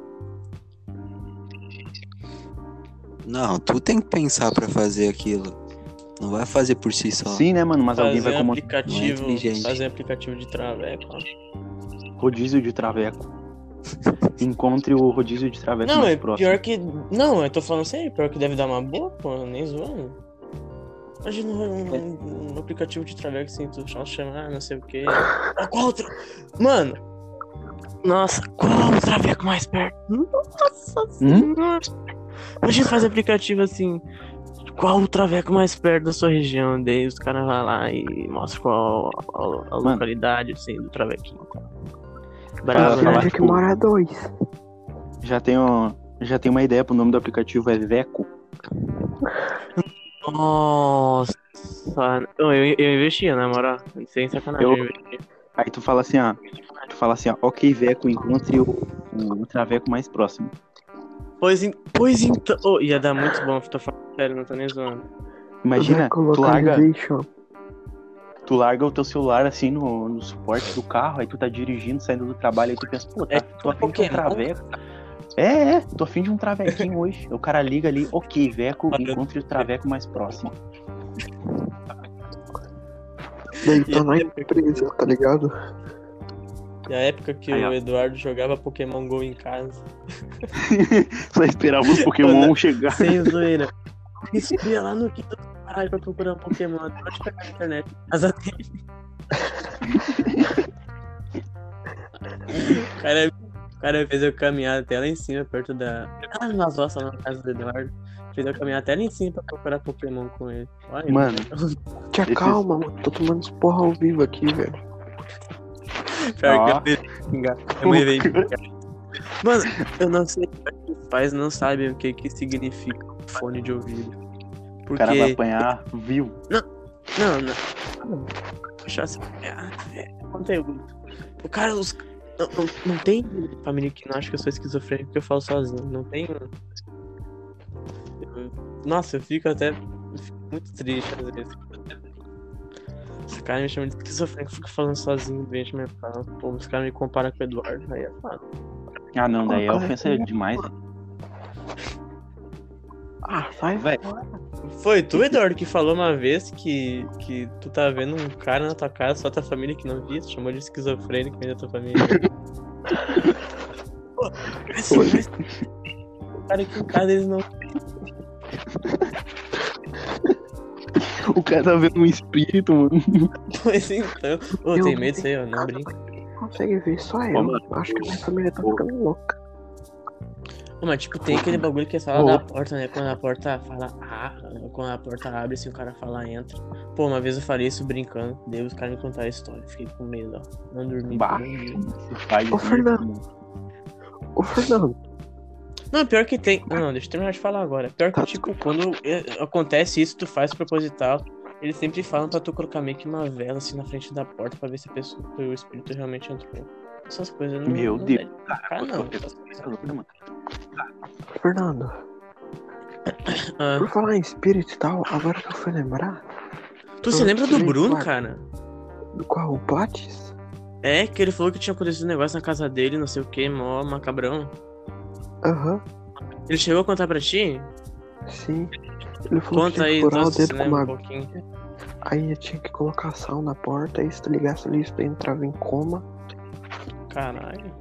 [SPEAKER 4] Não, tu tem que pensar pra fazer aquilo. Não vai fazer por si só.
[SPEAKER 2] Sim, né, mano? Mas alguém
[SPEAKER 1] Fazer
[SPEAKER 2] vai
[SPEAKER 1] um
[SPEAKER 2] comandar
[SPEAKER 1] aplicativo.
[SPEAKER 4] Não é inteligente.
[SPEAKER 1] Fazer aplicativo de é, traveco.
[SPEAKER 2] rodízio de <laughs> traveco. Encontre o rodízio de traveco
[SPEAKER 1] Não,
[SPEAKER 2] mais
[SPEAKER 1] é
[SPEAKER 2] próximo.
[SPEAKER 1] pior que. Não, eu tô falando sério, pior que deve dar uma boa, pô, nem zoando. Imagina um,
[SPEAKER 2] É.
[SPEAKER 1] um- um aplicativo de traveco assim, tu só chamar, não sei o quê. Ah, qual outro? Mano! Nossa, qual o traveco mais perto? Nossa
[SPEAKER 2] Hum?
[SPEAKER 1] senhora! Imagina fazer aplicativo assim. Qual o traveco mais perto da sua região? Daí os caras vão lá e mostram qual a, a- a
[SPEAKER 2] Mano.
[SPEAKER 1] localidade assim, do travequinho.
[SPEAKER 2] Ah,
[SPEAKER 1] Bravo,
[SPEAKER 2] falar,
[SPEAKER 3] Cidade
[SPEAKER 1] né?
[SPEAKER 3] que
[SPEAKER 2] tipo,
[SPEAKER 3] mora dois.
[SPEAKER 2] Já tenho, já tenho uma ideia pro nome do aplicativo, é Veco.
[SPEAKER 1] Nossa, eu, eu, eu investia, na moral. Sem sacanagem.
[SPEAKER 2] Eu-
[SPEAKER 1] eu investia.
[SPEAKER 2] Aí tu fala assim, ó. Tu fala assim, ó, ok, Veco, encontre o, o traveco mais próximo.
[SPEAKER 1] Pois, en- pois então. Ô, ia dar muito bom, tô falando sério, não tô nem zoando.
[SPEAKER 2] Imagina,
[SPEAKER 3] Vai
[SPEAKER 2] tu
[SPEAKER 3] colocar
[SPEAKER 2] larga,
[SPEAKER 3] lixo.
[SPEAKER 2] tu larga o teu celular assim no, no suporte do carro, aí tu tá dirigindo, saindo do trabalho, aí tu pensa, pô, tá,
[SPEAKER 1] É
[SPEAKER 2] tô afim de um
[SPEAKER 1] Pokémon.
[SPEAKER 2] traveco. É, é, tô afim de um travequinho hoje. O cara liga ali, ok, Veco,
[SPEAKER 1] Valeu.
[SPEAKER 2] encontre o traveco mais <laughs> próximo.
[SPEAKER 3] Daí tá na empresa, tá ligado?
[SPEAKER 1] Na época que
[SPEAKER 2] Aí, ó.
[SPEAKER 1] o Eduardo jogava Pokémon GO em casa.
[SPEAKER 2] Só esperava os Pokémon chegar.
[SPEAKER 1] Sem <laughs> zoeira. Isso ia lá no quinto do caralho pra procurar um Pokémon. Até hoje tá na internet. Mas até. o, <laughs> cara, o cara fez eu caminhar até lá em cima, perto da. Ah, nas roças lá na casa do Eduardo. Fez eu caminhar até lá em cima pra procurar Pokémon com ele. Olha,
[SPEAKER 2] Mano,
[SPEAKER 3] Tia,
[SPEAKER 2] Esses-
[SPEAKER 3] calma, mano. Tô tomando uns porra ao vivo aqui, velho.
[SPEAKER 1] Pior
[SPEAKER 2] Ó.
[SPEAKER 1] que eu ia xingar. Minha mãe veio xingar. Mano, eu não sei se os pais não sabem o que que significa um fone de ouvido.
[SPEAKER 2] o cara vai
[SPEAKER 1] Porque.
[SPEAKER 2] apanhar vivo.
[SPEAKER 1] Não, não. Achar assim. Ah, é conteúdo. O cara, os. Não, não- não tem família que não acha que eu sou esquizofrênico porque eu falo sozinho. Não tem. Eu- Nossa, eu fico até. eu fico muito triste às vezes. Os caras me chamam de esquizofrênico, eu fico falando sozinho, doente mental. Pô, os caras me comparam com o Eduardo. Aí é foda.
[SPEAKER 2] Ah, não, daí é
[SPEAKER 3] Colocar
[SPEAKER 2] ofensa demais.
[SPEAKER 3] Ah, sai,
[SPEAKER 2] né? Vai.
[SPEAKER 1] Foi tu, Eduardo, que falou uma vez que, que tu tá vendo um cara na tua casa, só tua família que não via, tu chamou de esquizofrênico ainda tua família.
[SPEAKER 2] <laughs>
[SPEAKER 1] Pô, mas- mas- O cara aqui em casa eles não.
[SPEAKER 2] O cara tá vendo um espírito, mano.
[SPEAKER 1] Pois então. Ô,
[SPEAKER 3] Eu
[SPEAKER 1] tem
[SPEAKER 3] não
[SPEAKER 1] medo disso aí, ó, não
[SPEAKER 3] nada.
[SPEAKER 1] brinca.
[SPEAKER 3] Consegue ver só eu.
[SPEAKER 2] mano.
[SPEAKER 3] Acho que minha família tá
[SPEAKER 2] Ô.
[SPEAKER 3] ficando louca.
[SPEAKER 1] Ô, mas tipo, tem aquele bagulho que é sala
[SPEAKER 2] Ô.
[SPEAKER 1] da porta, né? Quando a porta fala. Ah, quando a porta abre, assim, o cara fala, entra. Pô, uma vez eu falei isso brincando, daí os caras me contaram a história, fiquei com medo, ó. Não dormi.
[SPEAKER 2] Bah.
[SPEAKER 1] não dormi.
[SPEAKER 2] Você Um faz
[SPEAKER 3] Ô,
[SPEAKER 2] isso,
[SPEAKER 3] Fernando.
[SPEAKER 2] mano.
[SPEAKER 3] Ô, Fernando.
[SPEAKER 1] Não, pior que tem. Não, não, deixa eu terminar de falar agora. Pior que,
[SPEAKER 3] Tá.
[SPEAKER 1] tipo, quando eh, acontece isso, tu faz proposital. Eles sempre falam pra tu colocar meio que uma vela assim na frente da porta pra ver se a pessoa, se o espírito realmente entrou. Essas coisas não.
[SPEAKER 2] Meu
[SPEAKER 1] não
[SPEAKER 2] Deus,
[SPEAKER 1] é de Cara, não. Essas coisas-
[SPEAKER 2] Você é louco, né, mano?
[SPEAKER 3] Fernando.
[SPEAKER 1] Ah,
[SPEAKER 3] Por falar em espírito e tal, agora que eu fui lembrar
[SPEAKER 1] tu se lembra do
[SPEAKER 3] Sim,
[SPEAKER 1] Bruno,
[SPEAKER 3] claro.
[SPEAKER 1] cara?
[SPEAKER 3] do qual o Bates?
[SPEAKER 1] É, que ele falou que tinha acontecido um negócio na casa dele, não sei o que, mó macabrão.
[SPEAKER 3] Aham,
[SPEAKER 1] Ele chegou a contar pra ti?
[SPEAKER 3] sim. Ele falou
[SPEAKER 1] Conta
[SPEAKER 3] que tinha que
[SPEAKER 1] aí,
[SPEAKER 3] furar o
[SPEAKER 1] nossa, se
[SPEAKER 3] dedo com
[SPEAKER 1] lembra um
[SPEAKER 3] uma.
[SPEAKER 1] pouquinho.
[SPEAKER 3] Aí eu tinha que colocar sal na porta, e se tu ligasse ali, isso daí entrava em coma.
[SPEAKER 1] Caralho.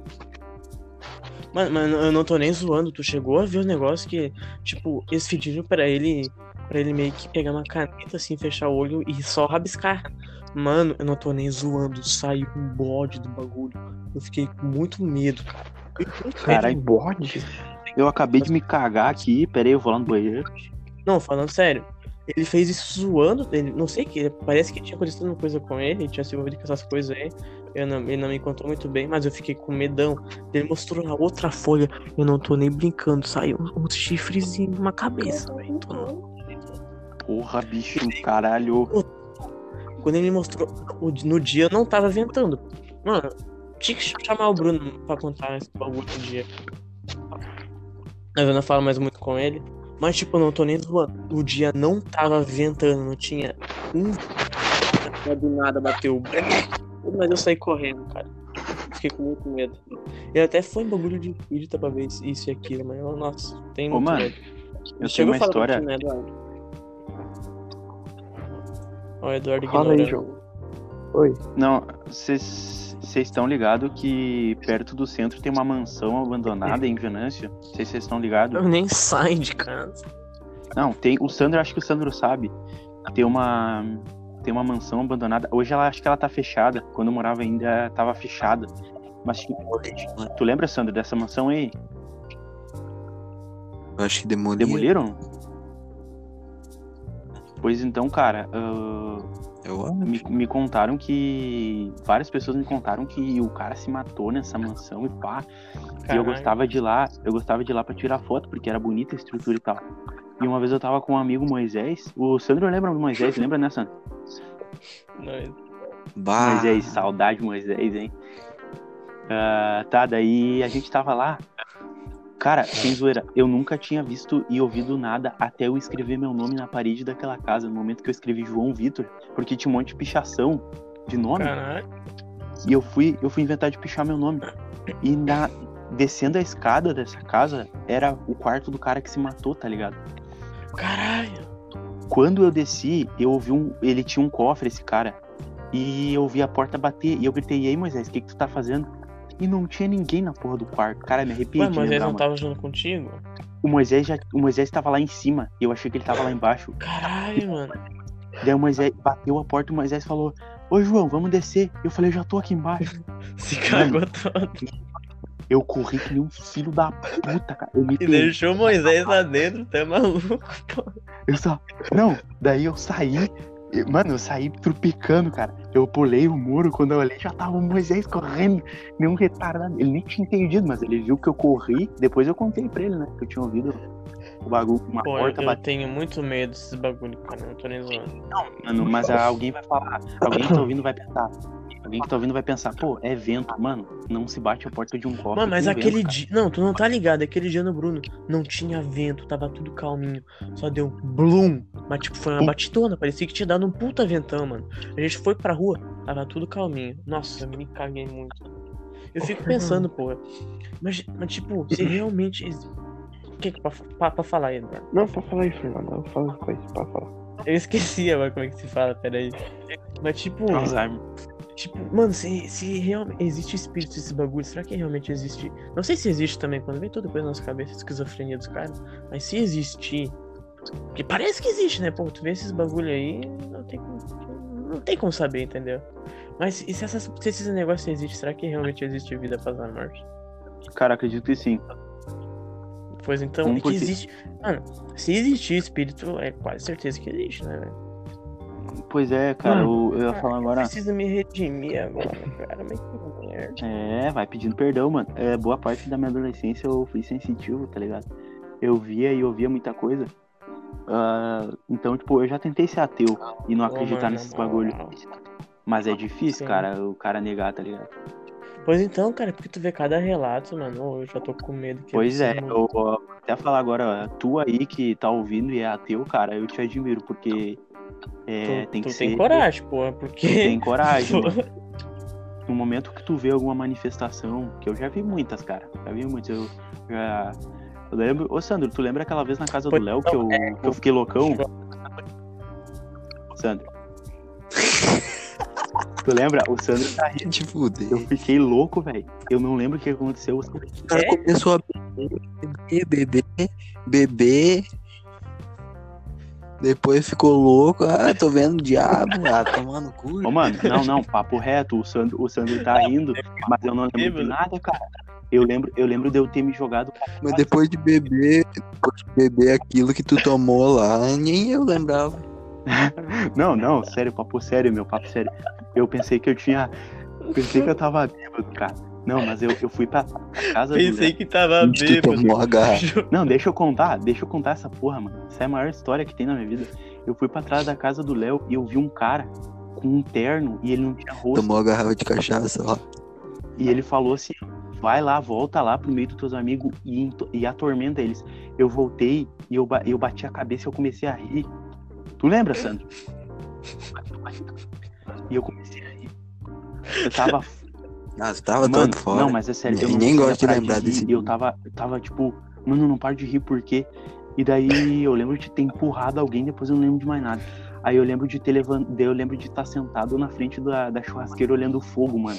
[SPEAKER 1] Mano, mano, eu não tô nem zoando. Tu chegou a ver o negócio que, tipo, eles pediram pra ele, pra ele meio que pegar uma caneta, assim, fechar o olho e só rabiscar. Mano, eu não tô nem zoando. Saiu um bode do bagulho. Eu fiquei com muito medo, cara. Eu fiquei com medo.
[SPEAKER 2] Caralho.
[SPEAKER 3] Era é bode?
[SPEAKER 2] Eu acabei de me cagar aqui, peraí, eu vou lá no banheiro.
[SPEAKER 1] Não, falando sério. Ele fez isso zoando, ele, não sei o que, parece que tinha acontecido uma coisa com ele, tinha se envolvido com essas coisas aí. Eu não- ele não me contou muito bem, mas eu fiquei com medão. Ele mostrou na outra folha, eu não tô nem brincando, saiu um, um chifrezinho, uma cabeça, velho. tu não-
[SPEAKER 2] Porra, bicho, caralho.
[SPEAKER 1] Quando ele me mostrou, o- no dia eu não tava ventando. Mano, Tinha que chamar o Bruno pra contar esse bagulho um dia. Mas eu não falo mais muito com ele. Mas, tipo, não tô nem zoando. O dia não tava ventando, não tinha um. Mas Do nada bateu. Mas eu saí correndo, cara. Fiquei com muito medo. E até foi um bagulho de espírita pra ver isso e aquilo, mas eu, nossa, tem
[SPEAKER 2] Ô,
[SPEAKER 1] muito
[SPEAKER 2] mano,
[SPEAKER 1] medo.
[SPEAKER 2] Eu tenho
[SPEAKER 1] Chega
[SPEAKER 2] uma
[SPEAKER 1] a falar
[SPEAKER 2] história.
[SPEAKER 1] contigo, né, Eduardo? Ó, o Eduardo
[SPEAKER 3] Fala aí,
[SPEAKER 1] ignorando.
[SPEAKER 3] João. Oi.
[SPEAKER 2] Não, vocês vocês estão ligados que perto do centro tem uma mansão abandonada em Venâncio? Não sei se vocês estão ligados.
[SPEAKER 1] Eu nem saio de casa.
[SPEAKER 2] Não, tem. O Sandro, acho que o Sandro sabe. Tem uma. Tem uma mansão abandonada. Hoje ela acho que ela tá fechada. Quando eu morava ainda, tava fechada. Mas tipo, tu lembra, Sandro, dessa mansão aí?
[SPEAKER 4] Eu acho que demoliu.
[SPEAKER 2] Demoliram? Pois então, cara, ah,
[SPEAKER 4] Eu
[SPEAKER 2] me, me contaram que. Várias pessoas me contaram que o cara se matou nessa mansão e pá. E eu
[SPEAKER 1] Caralho.
[SPEAKER 2] gostava de ir lá, eu gostava de ir lá pra tirar foto, porque era bonita a estrutura e tal. E uma vez eu tava com um amigo Moisés. O Sandro lembra do Moisés, lembra, né, Sandro?
[SPEAKER 1] Não,
[SPEAKER 4] Bah.
[SPEAKER 2] Moisés, saudade Moisés, hein? Ah, tá, daí a gente tava lá. Cara, sem zoeira, eu nunca tinha visto e ouvido nada até eu escrever meu nome na parede daquela casa, no momento que eu escrevi João Vitor, porque tinha um monte de pichação de nome.
[SPEAKER 1] Caralho.
[SPEAKER 2] E eu fui, eu fui inventar de pichar meu nome. E na, descendo a escada dessa casa, era o quarto do cara que se matou, tá ligado?
[SPEAKER 1] Caralho.
[SPEAKER 2] Quando eu desci, eu ouvi um. Ele tinha um cofre, esse cara. E eu ouvi a porta bater. E eu gritei, ei, Moisés, o que, que tu tá fazendo? E não tinha ninguém na porra do quarto. Cara, me arrepiei.
[SPEAKER 1] Ué,
[SPEAKER 2] de
[SPEAKER 1] mas eles
[SPEAKER 2] lembrar,
[SPEAKER 1] não tá
[SPEAKER 2] mano.
[SPEAKER 1] estavam junto contigo?
[SPEAKER 2] O Moisés já. O Moisés tava lá em cima. E eu achei que ele tava lá embaixo.
[SPEAKER 1] Caralho, mano.
[SPEAKER 2] Daí o Moisés bateu a porta e o Moisés falou. Ô João, vamos descer. Eu falei, eu já tô aqui embaixo.
[SPEAKER 1] Se cagou todo.
[SPEAKER 2] Eu corri que nem um filho da puta, cara. Eu me
[SPEAKER 1] E
[SPEAKER 2] perdi.
[SPEAKER 1] deixou o Moisés lá dentro, tá maluco, pô.
[SPEAKER 2] Eu só. Não, daí eu saí. eu- Mano, eu saí trupicando, cara. Eu pulei o muro, quando eu olhei, já tava o Moisés correndo. Nenhum retardado. Ele nem tinha entendido, mas ele viu que eu corri. Depois eu contei pra ele, né? Que eu tinha ouvido o bagulho, uma
[SPEAKER 1] Pô, eu,
[SPEAKER 2] porta
[SPEAKER 1] eu
[SPEAKER 2] batendo.
[SPEAKER 1] tenho muito medo desses bagulho, cara. Não tô nem zoando.
[SPEAKER 2] Mano, mas ah, alguém vai falar. Alguém que tá ouvindo vai pensar. Alguém que tá ouvindo vai pensar, pô, é vento, mano. Não se bate a porta de um cofre.
[SPEAKER 1] Mano, mas
[SPEAKER 2] com vento,
[SPEAKER 1] aquele
[SPEAKER 2] cara.
[SPEAKER 1] dia. Não, tu não tá ligado. Aquele dia no Bruno não tinha vento, tava tudo calminho. Só deu um blum. Mas, tipo, foi uma
[SPEAKER 2] Pum.
[SPEAKER 1] batidona. Parecia que tinha dado um puta ventão, mano. A gente foi pra rua, tava tudo calminho. Nossa, eu me caguei muito. Eu fico
[SPEAKER 2] <laughs>
[SPEAKER 1] pensando, pô. Mas, mas tipo, se realmente. exi- O que que pra, pra, pra falar, Eduardo?
[SPEAKER 3] Não, pode falar aí, Fernando. Eu falo com isso pra falar.
[SPEAKER 1] Eu esqueci agora como é que se fala, peraí. Mas tipo,
[SPEAKER 2] Alzheimer.
[SPEAKER 1] tipo mano, se, se realmente existe espírito esse bagulho, será que realmente existe? Não sei se existe também, quando vem toda coisa na nossa cabeça, esquizofrenia dos caras, mas se existir. Porque parece que existe, né? Pô, tu vê esses bagulho aí, não tem como, não tem como saber, entendeu? Mas e se, essas, se esses negócios existem, será que realmente existe vida após a morte?
[SPEAKER 2] Cara, acredito que sim.
[SPEAKER 1] Pois então,
[SPEAKER 2] Como
[SPEAKER 1] é que
[SPEAKER 2] porque-
[SPEAKER 1] existe. Mano, se existir espírito, é quase certeza que existe, né, velho?
[SPEAKER 2] Pois é, cara, eu, eu ia falar agora.
[SPEAKER 1] Preciso me redimir agora, cara, mas que merda.
[SPEAKER 2] É, vai pedindo perdão, mano. É, boa parte da minha adolescência eu fui sensitivo, tá ligado? Eu via e ouvia muita coisa. Ah, então, tipo, eu já tentei ser ateu e não
[SPEAKER 1] Ô,
[SPEAKER 2] acreditar
[SPEAKER 1] Ah, mano,
[SPEAKER 2] nesses
[SPEAKER 1] na
[SPEAKER 2] bagulho.
[SPEAKER 1] moral.
[SPEAKER 2] Mas é difícil,
[SPEAKER 1] Sim.
[SPEAKER 2] cara, o cara negar, tá ligado?
[SPEAKER 1] Pois então, cara, porque tu vê cada relato, mano. ô, Eu já tô com medo que.
[SPEAKER 2] pois é,
[SPEAKER 1] mano.
[SPEAKER 2] eu, ó, até falar agora, ó, tu aí que tá ouvindo e é ateu, cara, eu te admiro, porque é,
[SPEAKER 1] tu,
[SPEAKER 2] tem que
[SPEAKER 1] tu
[SPEAKER 2] ser.
[SPEAKER 1] tem coragem, porra, porque. <laughs>
[SPEAKER 2] Tem coragem,
[SPEAKER 1] Pô.
[SPEAKER 2] mano. No momento que tu vê alguma manifestação, que eu já vi muitas, cara. Já vi muitas. Eu já. Eu lembro. Ô, Sandro, tu lembra aquela vez na casa
[SPEAKER 1] Pois
[SPEAKER 2] do Léo que eu, que eu fiquei loucão? Sandro. tu lembra? O Sandro tá rindo.
[SPEAKER 4] Te fudei.
[SPEAKER 2] Eu fiquei louco, velho. Eu não lembro o que aconteceu. Sandro.
[SPEAKER 4] O cara
[SPEAKER 1] É?
[SPEAKER 4] começou a beber, beber, beber. Depois ficou louco. Ah, tô vendo o diabo. Ah, tomando cu.
[SPEAKER 2] Ô, mano, não, não, papo reto. O Sandro, o Sandro tá rindo, mas eu não lembro de
[SPEAKER 1] bêbado.
[SPEAKER 2] nada, cara. Eu lembro, eu lembro de eu ter me jogado
[SPEAKER 4] Mas depois de beber, depois de beber aquilo que tu tomou lá, nem eu lembrava.
[SPEAKER 2] Não, não, sério, papo sério, meu, papo sério. Eu pensei que eu tinha. Pensei que eu tava bêbado, cara. Não, mas eu, eu fui pra casa do
[SPEAKER 1] Pensei
[SPEAKER 2] Léo.
[SPEAKER 1] que tava
[SPEAKER 4] Tu
[SPEAKER 1] bêbado. <laughs>
[SPEAKER 4] tomou a garra.
[SPEAKER 2] Não, deixa eu contar, deixa eu contar essa porra, mano. Essa é a maior história que tem na minha vida. Eu fui pra trás da casa do Léo e eu vi um cara com um terno e ele não tinha rosto.
[SPEAKER 4] Tomou a garrafa de cachaça, ó.
[SPEAKER 2] E ele falou assim: vai lá, volta lá pro meio dos teus amigos e, ento- e atormenta eles. Eu voltei e eu, ba- eu bati a cabeça e eu comecei a rir. Tu lembra, Sandro? E eu comecei a rir. Eu tava
[SPEAKER 4] Ah, tu tava
[SPEAKER 2] Mano,
[SPEAKER 4] todo fora.
[SPEAKER 2] Não, mas é sério. eu
[SPEAKER 4] Nem-
[SPEAKER 2] não
[SPEAKER 4] nem
[SPEAKER 2] conseguia
[SPEAKER 4] gosto de
[SPEAKER 2] parar
[SPEAKER 4] lembrar
[SPEAKER 2] rir,
[SPEAKER 4] desse
[SPEAKER 2] e Eu tava, eu tava tipo, mano, não paro de rir, por quê? E daí eu lembro de ter empurrado alguém, depois eu não lembro de mais nada. Aí eu lembro de ter levantado, eu lembro de estar sentado na frente da, da churrasqueira olhando o fogo, mano.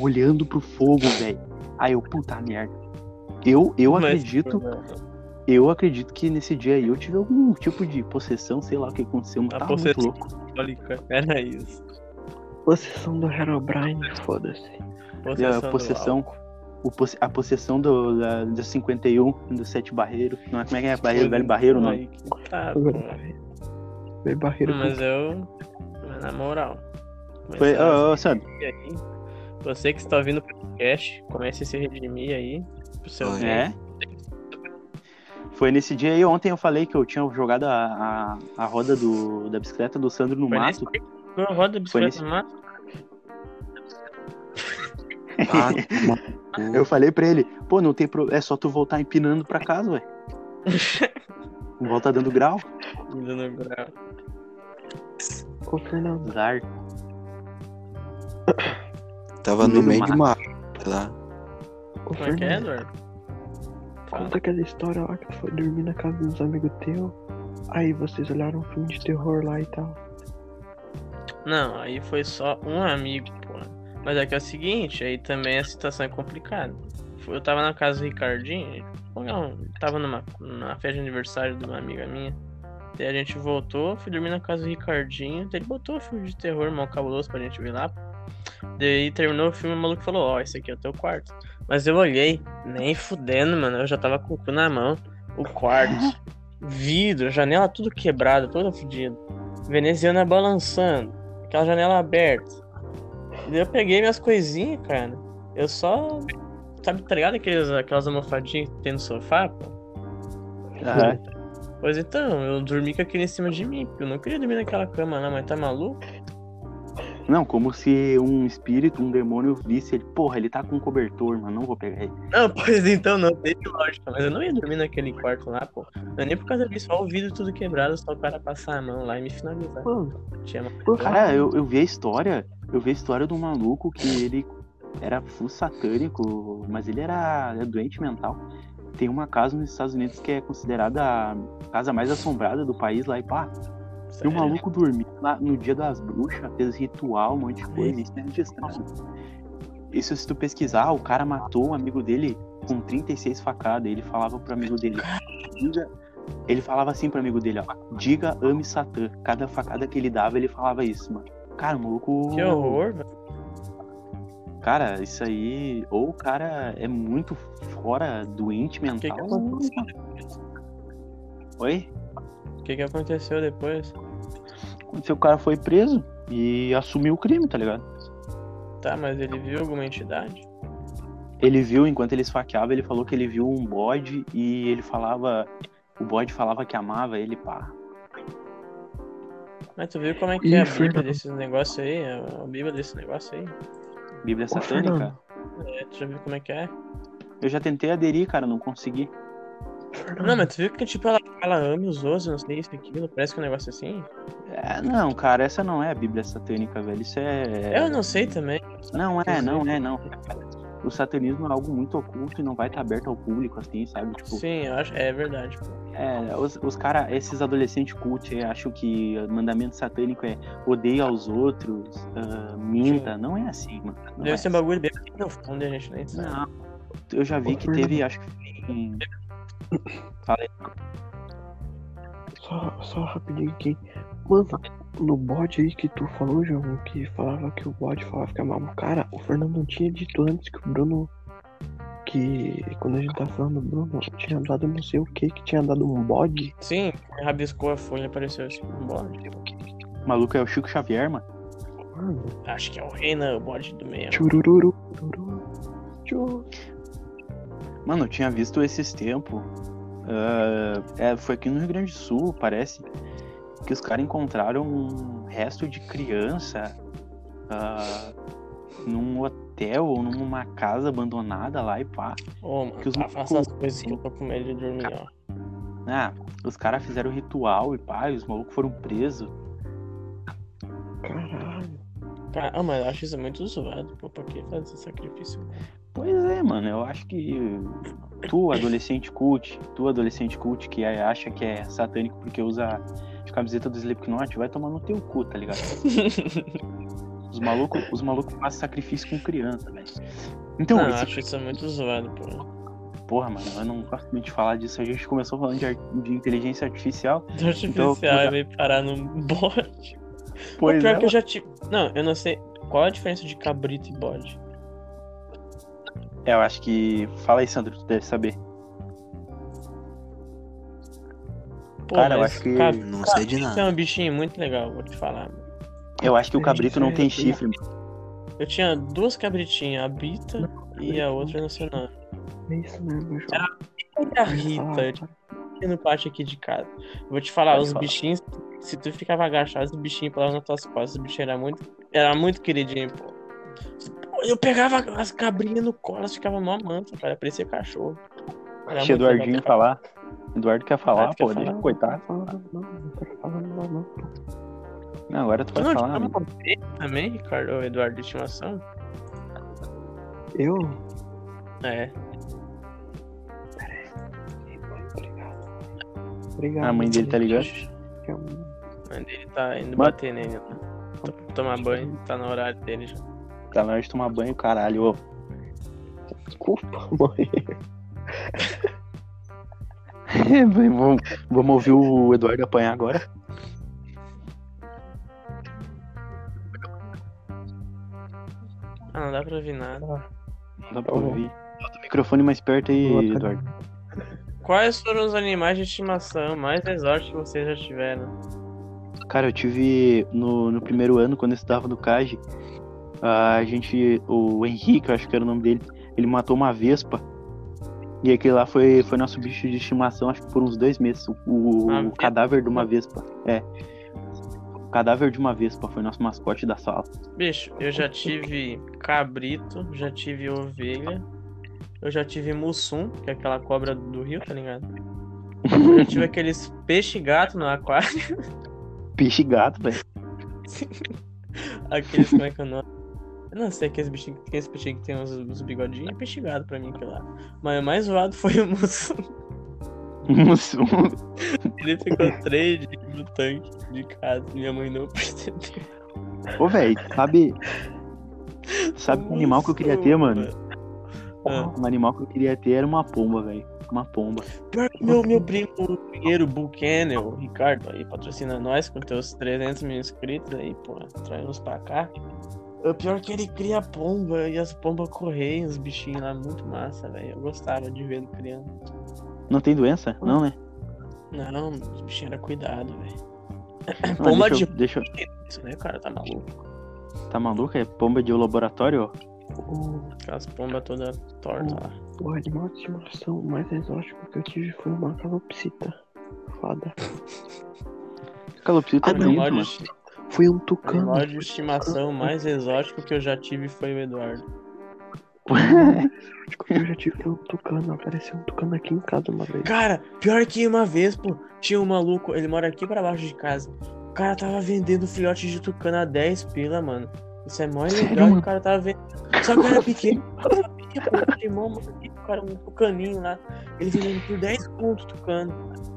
[SPEAKER 2] Olhando pro fogo, velho. Aí eu, puta merda. Eu, eu
[SPEAKER 1] Mas- tipo,
[SPEAKER 2] acredito, eu acredito que nesse dia aí eu tive algum tipo de possessão, sei lá o que aconteceu, mas
[SPEAKER 1] A
[SPEAKER 2] tava
[SPEAKER 1] possessão.
[SPEAKER 2] muito louco.
[SPEAKER 1] Católica. <laughs> Era isso.
[SPEAKER 3] Possessão do Herobrine, foda-se.
[SPEAKER 2] E
[SPEAKER 1] Possessão.
[SPEAKER 2] a
[SPEAKER 1] do
[SPEAKER 2] é possessão,
[SPEAKER 1] álcool.
[SPEAKER 2] o posse- a possessão do, da, do 51, do Sete Barreiro. Não é como é que é?
[SPEAKER 1] Coisa
[SPEAKER 2] Barreiro, velho Barreiro, não.
[SPEAKER 1] aí que Tá, bom, velho.
[SPEAKER 3] Meio barreiro
[SPEAKER 1] mas eu. Mas na moral.
[SPEAKER 2] Foi, ah,
[SPEAKER 1] começar a
[SPEAKER 2] ô, ô, Sandro,
[SPEAKER 1] se redimir aí. Você que está ouvindo o podcast, comece a se redimir aí. Pro seu
[SPEAKER 4] Olha.
[SPEAKER 1] bem.
[SPEAKER 2] é? Foi nesse dia aí, ontem eu falei que eu tinha jogado a, a, a roda do, da bicicleta do Sandro no
[SPEAKER 1] Foi
[SPEAKER 2] mato.
[SPEAKER 1] nesse- Não roda a bicicleta
[SPEAKER 2] nesse-
[SPEAKER 1] no mato?
[SPEAKER 4] Ah, mano.
[SPEAKER 2] <laughs> Eu falei pra ele, pô, não tem pro... é só tu voltar empinando pra casa,
[SPEAKER 1] <laughs>
[SPEAKER 2] ué. Volta dando grau.
[SPEAKER 1] Indo no é grau.
[SPEAKER 3] Ô, Fernando,
[SPEAKER 2] Azar.
[SPEAKER 4] Tava
[SPEAKER 2] no
[SPEAKER 4] no
[SPEAKER 2] meio
[SPEAKER 4] meio
[SPEAKER 2] do
[SPEAKER 4] de uma árvore lá.
[SPEAKER 3] ô,
[SPEAKER 1] Como é que é,
[SPEAKER 3] Fernando,
[SPEAKER 1] Eduardo? Fala.
[SPEAKER 3] conta aquela história lá que tu foi dormir na casa dos amigos teus. Aí vocês olharam um filme de terror lá e tal.
[SPEAKER 1] Não, aí foi só um amigo, pô. Mas é que é o seguinte, aí também a situação é complicada. Foi- Eu tava na casa do Ricardinho, foi não, tava numa, numa festa de aniversário de uma amiga minha. Daí a gente voltou, fui dormir na casa do Ricardinho, daí ele botou o filme de terror mal cabuloso pra gente ver lá. Daí terminou o filme e o maluco falou, ó, esse aqui é o teu quarto. Mas eu olhei, nem fudendo, mano, eu já tava com o cu na mão, o quarto, vidro, janela tudo quebrada, toda fudida. Veneziana balançando aquela janela aberta. E daí eu peguei minhas coisinhas, cara. Eu só. Sabe, tá ligado aqueles, aquelas almofadinhas que tem no sofá, pô?
[SPEAKER 2] Aham.
[SPEAKER 1] Pois então, eu dormi com aquilo em cima de mim, porque eu não queria dormir naquela cama lá, mas tá maluco?
[SPEAKER 2] Não, como se um espírito, um demônio visse ele. Porra, ele tá com um cobertor, mano, não vou pegar ele.
[SPEAKER 1] Não, <laughs> pois então não, teve lógica, mas eu não ia dormir naquele quarto lá, pô. Não é nem por causa disso, só o vidro tudo quebrado, só o cara passar a mão lá e me finalizar.
[SPEAKER 3] Mano,
[SPEAKER 1] Tinha
[SPEAKER 3] por
[SPEAKER 2] Cara, eu, eu vi a história. Eu vi a história de um maluco que ele era full satânico, mas ele era é doente mental. Tem uma casa nos Estados Unidos que é considerada a casa mais assombrada do país lá e pá. E o
[SPEAKER 1] sério.
[SPEAKER 2] maluco dormiu lá no dia das bruxas, fez ritual, um monte de coisa. Isso é indigestão. Isso se tu pesquisar, o cara matou um amigo dele com 36 facadas. Ele falava pro amigo dele, diga. Ele falava assim pro amigo dele, ó, diga ame Satã. Cada facada que ele dava, ele falava isso, mano. Cara, o maluco.
[SPEAKER 1] Que horror, velho.
[SPEAKER 2] Cara, isso aí. Ou o cara é muito fora doente mental.
[SPEAKER 1] que que
[SPEAKER 2] ou- Oi?
[SPEAKER 1] O que que aconteceu depois?
[SPEAKER 2] Aconteceu, o cara foi preso e assumiu o crime, tá ligado?
[SPEAKER 1] Tá, mas ele viu alguma entidade?
[SPEAKER 2] Ele viu, enquanto ele esfaqueava, ele falou que ele viu um bode e ele falava. O bode falava que amava ele, pá.
[SPEAKER 1] Mas tu viu como é que é a Bíblia
[SPEAKER 3] Ih,
[SPEAKER 2] então.
[SPEAKER 3] Fernando.
[SPEAKER 1] desses negócios aí? É A a Bíblia desse negócio aí?
[SPEAKER 2] Bíblia
[SPEAKER 3] Ô,
[SPEAKER 2] satânica.
[SPEAKER 3] Fernando,
[SPEAKER 1] É, tu já viu como é que é?
[SPEAKER 2] Eu já tentei aderir, cara, não consegui.
[SPEAKER 3] Fernando,
[SPEAKER 1] Não, mas tu viu que tipo ela, ela ama os outros, não sei isso, aquilo, parece que é um negócio assim?
[SPEAKER 2] É, não, cara, essa não é a Bíblia satânica, velho. Isso é.
[SPEAKER 1] Eu não sei também.
[SPEAKER 2] Não é, não é, não. O satanismo é algo muito oculto e não vai estar aberto ao público, assim, sabe? Tipo,
[SPEAKER 1] Sim, eu acho. É verdade, pô.
[SPEAKER 2] É, os, os caras, esses adolescentes cult, eh, acham que o mandamento satânico é odeia aos outros, ah, minta. Não é assim, mano. Não, é
[SPEAKER 1] Deve ser um
[SPEAKER 2] assim.
[SPEAKER 1] bagulho bem profundo e a gente nem sabe.
[SPEAKER 2] Não. Eu já vi que teve, acho que foi em.
[SPEAKER 3] Só, só rapidinho aqui. Mano, no bode aí que tu falou, João, que falava que o bode falava que amava o cara, o Fernando não tinha dito antes que o Bruno. Que quando a gente tá falando do Bruno, tinha dado não sei o que, que tinha dado um bode.
[SPEAKER 1] Sim, rabiscou a folha e apareceu assim, um bode.
[SPEAKER 2] O maluco é o Chico Xavier, mano.
[SPEAKER 3] Mano,
[SPEAKER 1] Acho que é o rei, né? O bode do meio.
[SPEAKER 3] tchurururu. tchururu, tchu.
[SPEAKER 2] Mano, eu tinha visto esses tempos. ah, é, foi aqui no Rio Grande do Sul, parece. Que os caras encontraram um resto de criança ah, num hotel. hotel ou numa casa abandonada lá e pá.
[SPEAKER 1] Ô, mano,
[SPEAKER 2] Que os
[SPEAKER 1] afasta as coisas que eu tô com medo de dormir, ó.
[SPEAKER 2] Ah, os caras fizeram ritual e pá, e os malucos foram presos.
[SPEAKER 3] Caralho.
[SPEAKER 1] Cara, ah, mas eu acho isso muito zoado, pô, pra que fazer sacrifício?
[SPEAKER 2] Pois é, mano, eu acho que tu, adolescente cult, tu, adolescente cult, que é- acha que é satânico porque usa a camiseta do Slipknot, vai tomar no teu cu, tá ligado? os malucos os malucos fazem sacrifício com criança, velho. Então,
[SPEAKER 1] Não, eu
[SPEAKER 2] esse-
[SPEAKER 1] acho isso muito zoado, pô. <laughs>
[SPEAKER 2] porra, mano, eu não gosto muito de falar disso. A gente começou falando de, ar- de inteligência artificial.
[SPEAKER 1] Artificial e vai parar num bode. o
[SPEAKER 2] <laughs> Pois
[SPEAKER 1] pior
[SPEAKER 2] é,
[SPEAKER 1] que eu já tive. Não, eu não sei. Qual a diferença de cabrito e bode?
[SPEAKER 2] É, eu acho que. Fala aí, Sandro, tu deve saber.
[SPEAKER 1] Pô,
[SPEAKER 2] Cara, eu
[SPEAKER 1] mas
[SPEAKER 2] acho que-
[SPEAKER 1] cabrito
[SPEAKER 4] Não sei de nada.
[SPEAKER 1] é um bichinho muito legal, vou te falar.
[SPEAKER 2] Eu acho que o
[SPEAKER 3] Gente,
[SPEAKER 2] cabrito não
[SPEAKER 3] eu
[SPEAKER 2] tem
[SPEAKER 3] já-
[SPEAKER 2] chifre.
[SPEAKER 1] Eu tinha duas cabritinhas, a Bita e a outra eu não sei o nome.
[SPEAKER 3] É isso mesmo, João.
[SPEAKER 1] E
[SPEAKER 3] Ah,
[SPEAKER 1] a Rita, eu tinha no pátio aqui de casa. Eu Vou te falar,
[SPEAKER 2] Pode
[SPEAKER 1] os
[SPEAKER 2] falar.
[SPEAKER 1] bichinhos, se tu ficava agachado, os bichinhos pulavam nas tuas costas, os bichinhos eram muito, era muito queridinho, pô. Pô, Eu pegava as cabrinhas no colo, elas ficavam mó manta, cara, parecia cachorro. Era muito
[SPEAKER 2] Deixa o
[SPEAKER 1] legal,
[SPEAKER 2] Eduardinho
[SPEAKER 1] cara.
[SPEAKER 2] falar. Eduardo quer falar,
[SPEAKER 1] Eduardo quer
[SPEAKER 2] pô, deixa,
[SPEAKER 1] falar.
[SPEAKER 2] tá coitado.
[SPEAKER 3] Não, não, não, não quero falar mal, não.
[SPEAKER 2] Não, agora tu
[SPEAKER 1] Tu
[SPEAKER 2] pode
[SPEAKER 1] não
[SPEAKER 2] falar.
[SPEAKER 1] tinha
[SPEAKER 2] né?
[SPEAKER 1] uma ovelha também, Ricardo, ou Eduardo, de estimação?
[SPEAKER 3] Eu?
[SPEAKER 1] É.
[SPEAKER 3] Obrigado. Obrigado. É um-
[SPEAKER 2] A mãe dele tá ligando.
[SPEAKER 3] Que amor.
[SPEAKER 1] Mas ele tá indo
[SPEAKER 2] Mas-
[SPEAKER 1] bater nele, né? T- Tomar banho, tá no horário dele já.
[SPEAKER 2] Tá na hora de tomar banho, caralho.
[SPEAKER 3] <laughs>
[SPEAKER 2] Ô.
[SPEAKER 3] Desculpa, mãe.
[SPEAKER 2] vamos, vamos ouvir o Eduardo apanhar agora.
[SPEAKER 1] Ah, não dá pra ouvir nada.
[SPEAKER 2] Ah. Não dá pra
[SPEAKER 3] Tá bom.
[SPEAKER 2] ouvir. Bota o microfone mais perto aí,
[SPEAKER 3] Bota.
[SPEAKER 2] Eduardo.
[SPEAKER 1] Quais foram os animais de estimação mais exóticos que vocês já tiveram?
[SPEAKER 2] Cara, eu tive no, no primeiro ano, quando eu estudava no CAGE, a gente. O Henrique, eu acho que era o nome dele, ele matou uma vespa. E aquele lá foi, foi nosso bicho de estimação, acho que por uns dois meses. O, o
[SPEAKER 3] Ah, é.
[SPEAKER 1] Uma vespa?
[SPEAKER 2] cadáver de uma vespa. É. O cadáver de uma vespa foi nosso mascote da sala.
[SPEAKER 1] Bicho, eu já tive cabrito, já tive ovelha, eu já tive mussum, que é aquela cobra do rio, tá ligado? Eu já
[SPEAKER 2] <laughs>
[SPEAKER 1] tive aqueles peixe-gato no aquário, <laughs>
[SPEAKER 2] Peixe gato, velho. <laughs>
[SPEAKER 1] aqueles, como é que é o nome? Eu não sei, aqueles bichinhos, aqueles peixinhos que tem os, os bigodinhos, é peixe-gato pra mim, que lá. Mas o mais zoado foi o mussum.
[SPEAKER 2] Moço.
[SPEAKER 1] Ele ficou três dias no tanque de casa. Minha mãe não <laughs> percebeu.
[SPEAKER 2] Ô, velho, sabe. Sabe um animal que eu queria ter, mano?
[SPEAKER 1] Ah.
[SPEAKER 2] Um animal que eu queria ter era uma pomba, velho. Uma pomba.
[SPEAKER 1] Pior que meu, meu primo, o primeiro Buchanan, o Ricardo, aí patrocina nós com teus 300 mil inscritos aí, pô, traz-nos pra cá. O pior que ele cria pomba e as pombas correm, os bichinhos lá, muito massa, velho. Eu gostava de ver ele criando.
[SPEAKER 2] Não tem doença? Não, né?
[SPEAKER 1] Não, os bichinhos eram cuidado, velho.
[SPEAKER 2] Não,
[SPEAKER 1] É Pomba
[SPEAKER 2] deixa, eu- deixa eu-
[SPEAKER 1] Isso, né, cara? Tá maluco.
[SPEAKER 2] Tá maluco? É pomba de laboratório? ó.
[SPEAKER 3] O,
[SPEAKER 1] Aquelas pombas todas tortas lá.
[SPEAKER 3] o animal de estimação mais exótico que eu tive foi uma calopsita. Foda.
[SPEAKER 2] Calopsita
[SPEAKER 3] Ah,
[SPEAKER 2] é
[SPEAKER 3] não,
[SPEAKER 2] bonito,
[SPEAKER 1] Animal de
[SPEAKER 2] mano.
[SPEAKER 1] esti-
[SPEAKER 3] Foi um tucano.
[SPEAKER 1] animal de estimação mais exótico que eu já tive foi o Eduardo.
[SPEAKER 3] Eu já tive um tucano. Apareceu um tucano aqui em casa uma vez.
[SPEAKER 1] Cara, pior que uma vez, pô, tinha um maluco, ele mora aqui pra baixo de casa. O cara tava vendendo filhote de tucano a 10 pila, mano. Isso é mó legal que o cara tava vendendo. Só que era pequeno. eu sabia, pô, eu tinha mó mania, o cara, um tucaninho lá. Ele vendendo por 10 pontos tucano.
[SPEAKER 2] <laughs>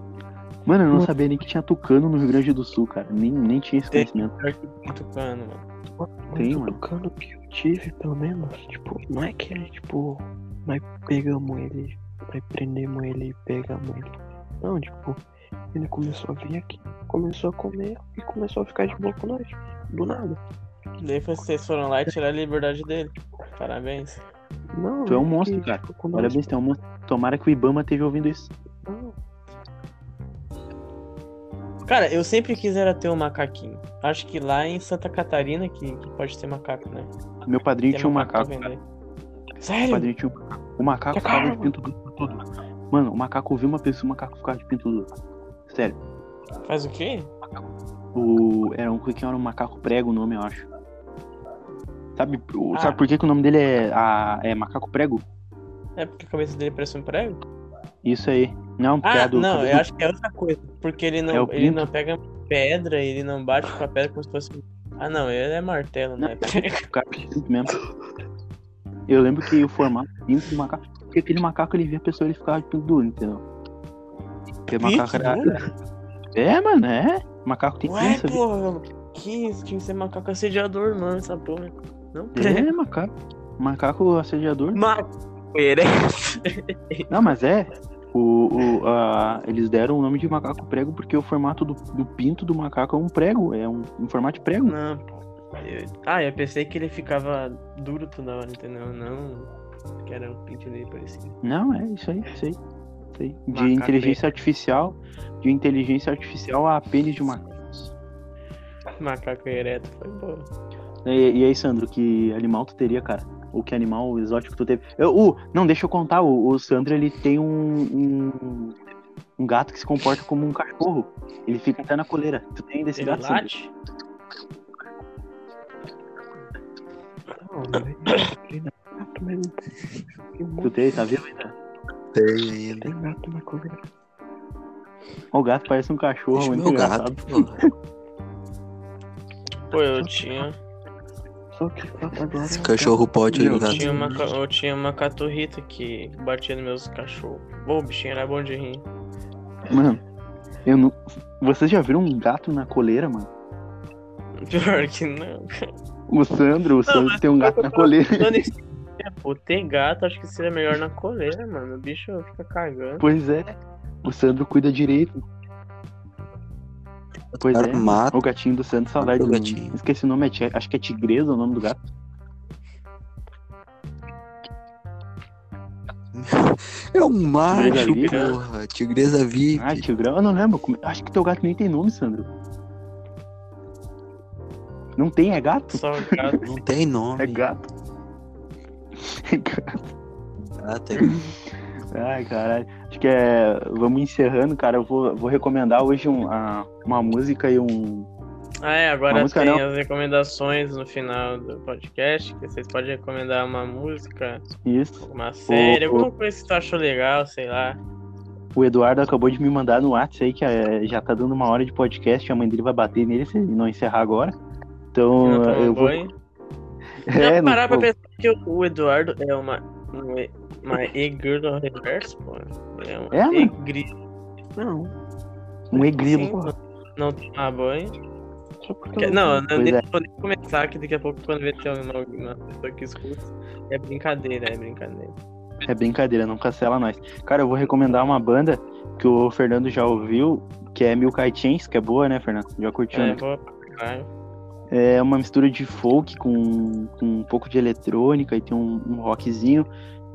[SPEAKER 2] Mano, eu não sabia nem que tinha tucano no Rio Grande do Sul, cara. Nem, nem tinha esse
[SPEAKER 1] Tem.
[SPEAKER 2] conhecimento.
[SPEAKER 1] Pior que tem tucano, mano.
[SPEAKER 2] Tem,
[SPEAKER 3] um
[SPEAKER 2] mano.
[SPEAKER 3] tucano que eu tive, pelo menos. Tipo, não é que é, tipo, nós pegamos ele, nós prendemos ele e pegamos ele. Não, tipo, ele começou a vir aqui, começou a comer e começou a ficar de boa com nós. Do nada.
[SPEAKER 1] Daí vocês foram lá e tiraram a liberdade dele. Parabéns.
[SPEAKER 3] Não,
[SPEAKER 2] Tu é um
[SPEAKER 3] ele
[SPEAKER 2] monstro,
[SPEAKER 3] que
[SPEAKER 2] cara.
[SPEAKER 3] ficou com nós.
[SPEAKER 2] Parabéns, tem é uma... Tomara que o Ibama esteja ouvindo isso.
[SPEAKER 3] Não,
[SPEAKER 1] Cara, eu sempre quis era ter um macaquinho. Acho que lá em Santa Catarina que, que pode ter macaco, né?
[SPEAKER 2] Meu padrinho
[SPEAKER 1] Tem
[SPEAKER 2] tinha um
[SPEAKER 1] pra
[SPEAKER 2] macaco, cara.
[SPEAKER 1] vender. Sério?
[SPEAKER 2] O padrinho tinha um macaco. O macaco
[SPEAKER 3] Macaco!
[SPEAKER 2] ficava de pinto duro pra todo. lado. Mano, o macaco ouviu uma pessoa, o macaco ficava de pinto duro. Sério.
[SPEAKER 1] Faz o quê?
[SPEAKER 2] O... Era um... Quem era um macaco prego o nome, eu acho. Sabe, o-
[SPEAKER 1] Ah.
[SPEAKER 2] sabe por que, que o nome dele é, a- é Macaco Prego?
[SPEAKER 1] É porque a cabeça dele parece um prego?
[SPEAKER 2] é Isso aí. Não, porque
[SPEAKER 1] Ah,
[SPEAKER 2] é do.
[SPEAKER 1] não,
[SPEAKER 2] do-
[SPEAKER 1] eu acho que é outra coisa. Porque ele
[SPEAKER 2] É
[SPEAKER 1] não,
[SPEAKER 2] o
[SPEAKER 1] ele
[SPEAKER 2] pinto.
[SPEAKER 1] não pega pedra, ele não bate com a pedra como se fosse. Ah, não, ele é martelo, né?
[SPEAKER 2] O cara é pinto mesmo. Eu lembro que o formato pinto do macaco. Porque aquele macaco ele via a pessoa ele ficava de pinto duro, entendeu? Porque macaco era.
[SPEAKER 1] duro?
[SPEAKER 2] É, mano, é. Macaco tem
[SPEAKER 1] né? Ué,
[SPEAKER 2] pinça,
[SPEAKER 1] porra, que isso? Tinha que ser macaco assediador, mano, essa porra. Não
[SPEAKER 2] É, macaco. Macaco assediador.
[SPEAKER 1] Maconheiro.
[SPEAKER 2] Não, mas é. O, o- a- eles deram o nome de macaco prego porque o formato do, do pinto do macaco é um prego. É um, um formato de prego.
[SPEAKER 1] Não, pô. Eu- Ah, eu pensei que ele ficava duro toda hora, entendeu? Não. Que era o pinto dele parecido.
[SPEAKER 2] Não, é isso aí, isso aí. Isso aí. De
[SPEAKER 1] Macaco
[SPEAKER 2] inteligência artificial. De inteligência artificial a pênis de macacos.
[SPEAKER 1] Macaco ereto, foi boa.
[SPEAKER 2] E, e aí, Sandro, que animal tu teria, cara? Ou que animal exótico tu teve? Eu, uh, não, deixa eu contar. O, o Sandro, ele tem um, um, um gato que se comporta como um cachorro. Ele fica até na coleira. Tu tem desse
[SPEAKER 1] Ele
[SPEAKER 2] gato, Sandro?
[SPEAKER 1] late?
[SPEAKER 3] Não, é mas tem gato, mas não tem- tem um
[SPEAKER 2] Tu
[SPEAKER 3] monte
[SPEAKER 2] tem, tá vivo ainda?
[SPEAKER 4] Tem ainda.
[SPEAKER 3] de gato na coleira.
[SPEAKER 2] O gato parece um cachorro,
[SPEAKER 4] Deixa o
[SPEAKER 2] muito
[SPEAKER 4] meu
[SPEAKER 2] engraçado.
[SPEAKER 4] gato, pô.
[SPEAKER 1] Pô, eu tinha.
[SPEAKER 3] Só que falta agora.
[SPEAKER 4] Esse cachorro pode
[SPEAKER 2] Meu,
[SPEAKER 4] o
[SPEAKER 1] Eu
[SPEAKER 4] gato.
[SPEAKER 1] tinha, uma, ca- eu tinha uma caturrita que batia nos meus cachorros. Bom, o bichinho era bom de rir. <laughs>
[SPEAKER 2] Mano, eu não. Vocês já viram um gato na coleira, mano?
[SPEAKER 1] Pior que não.
[SPEAKER 2] O Sandro, o Sandro tem um gato na coleira.
[SPEAKER 1] Mano, esse- Pô, ter gato acho que seria melhor na coleira, mano. O bicho fica cagando.
[SPEAKER 2] <laughs> Pois é. O Sandro cuida direito. Pois
[SPEAKER 4] Cara,
[SPEAKER 2] é.
[SPEAKER 4] mata.
[SPEAKER 2] O gatinho do Sandro saudade
[SPEAKER 4] O
[SPEAKER 2] do
[SPEAKER 4] gatinho.
[SPEAKER 2] Esqueci o nome, é ti- acho que é Tigresa o nome do gato.
[SPEAKER 4] É um macho,
[SPEAKER 2] Tigresa VIP, né?
[SPEAKER 4] porra. Tigresa VIP.
[SPEAKER 2] Ah, Tigrão, eu não lembro. como- Acho que teu gato nem tem nome, Sandro. Não tem, é gato?
[SPEAKER 1] Só o gato.
[SPEAKER 4] Não tem nome.
[SPEAKER 2] É gato. <laughs> É gato.
[SPEAKER 4] Gato, é
[SPEAKER 2] Ai, caralho. Acho que é. Vamos encerrando, cara. Eu vou, vou recomendar hoje um- a- uma música e um.
[SPEAKER 1] Ah, é,
[SPEAKER 2] Uma
[SPEAKER 1] agora
[SPEAKER 2] música
[SPEAKER 1] tem
[SPEAKER 2] não.
[SPEAKER 1] as recomendações no final do podcast, que vocês podem recomendar uma música,
[SPEAKER 2] Isso.
[SPEAKER 1] uma série,
[SPEAKER 2] o-
[SPEAKER 1] alguma coisa que tu achou legal, sei lá.
[SPEAKER 2] O Eduardo acabou de me mandar no WhatsApp aí que é, já tá dando uma hora de podcast. A mãe dele vai bater nele se ele não encerrar agora. Então,
[SPEAKER 1] não tomou
[SPEAKER 2] eu vou.
[SPEAKER 1] banho.
[SPEAKER 2] <laughs> É,
[SPEAKER 1] Já
[SPEAKER 2] não
[SPEAKER 1] parar pra
[SPEAKER 2] vou-
[SPEAKER 1] pensar que o o Eduardo é uma, um e- uma e-girl do reverso, pô. Ele É um
[SPEAKER 2] É, mano.
[SPEAKER 1] e-grilo.
[SPEAKER 3] Não,
[SPEAKER 2] um egrilo.
[SPEAKER 1] Sim. Não tomar banho.
[SPEAKER 3] só porque.
[SPEAKER 1] Que- Não, não
[SPEAKER 2] Pois
[SPEAKER 1] nem
[SPEAKER 2] é.
[SPEAKER 1] vou nem começar, que daqui a pouco quando ver tem alguma alguma pessoa que escuta. É brincadeira, é brincadeira.
[SPEAKER 2] É brincadeira, não cancela nós. Cara, eu vou recomendar uma banda que o Fernando já ouviu, que é Milk Chains, que é boa, né, Fernando? Já curtiu,
[SPEAKER 1] É,
[SPEAKER 2] né?
[SPEAKER 1] vou... vai.
[SPEAKER 2] É uma mistura de folk com, com um pouco de eletrônica e tem um, um rockzinho.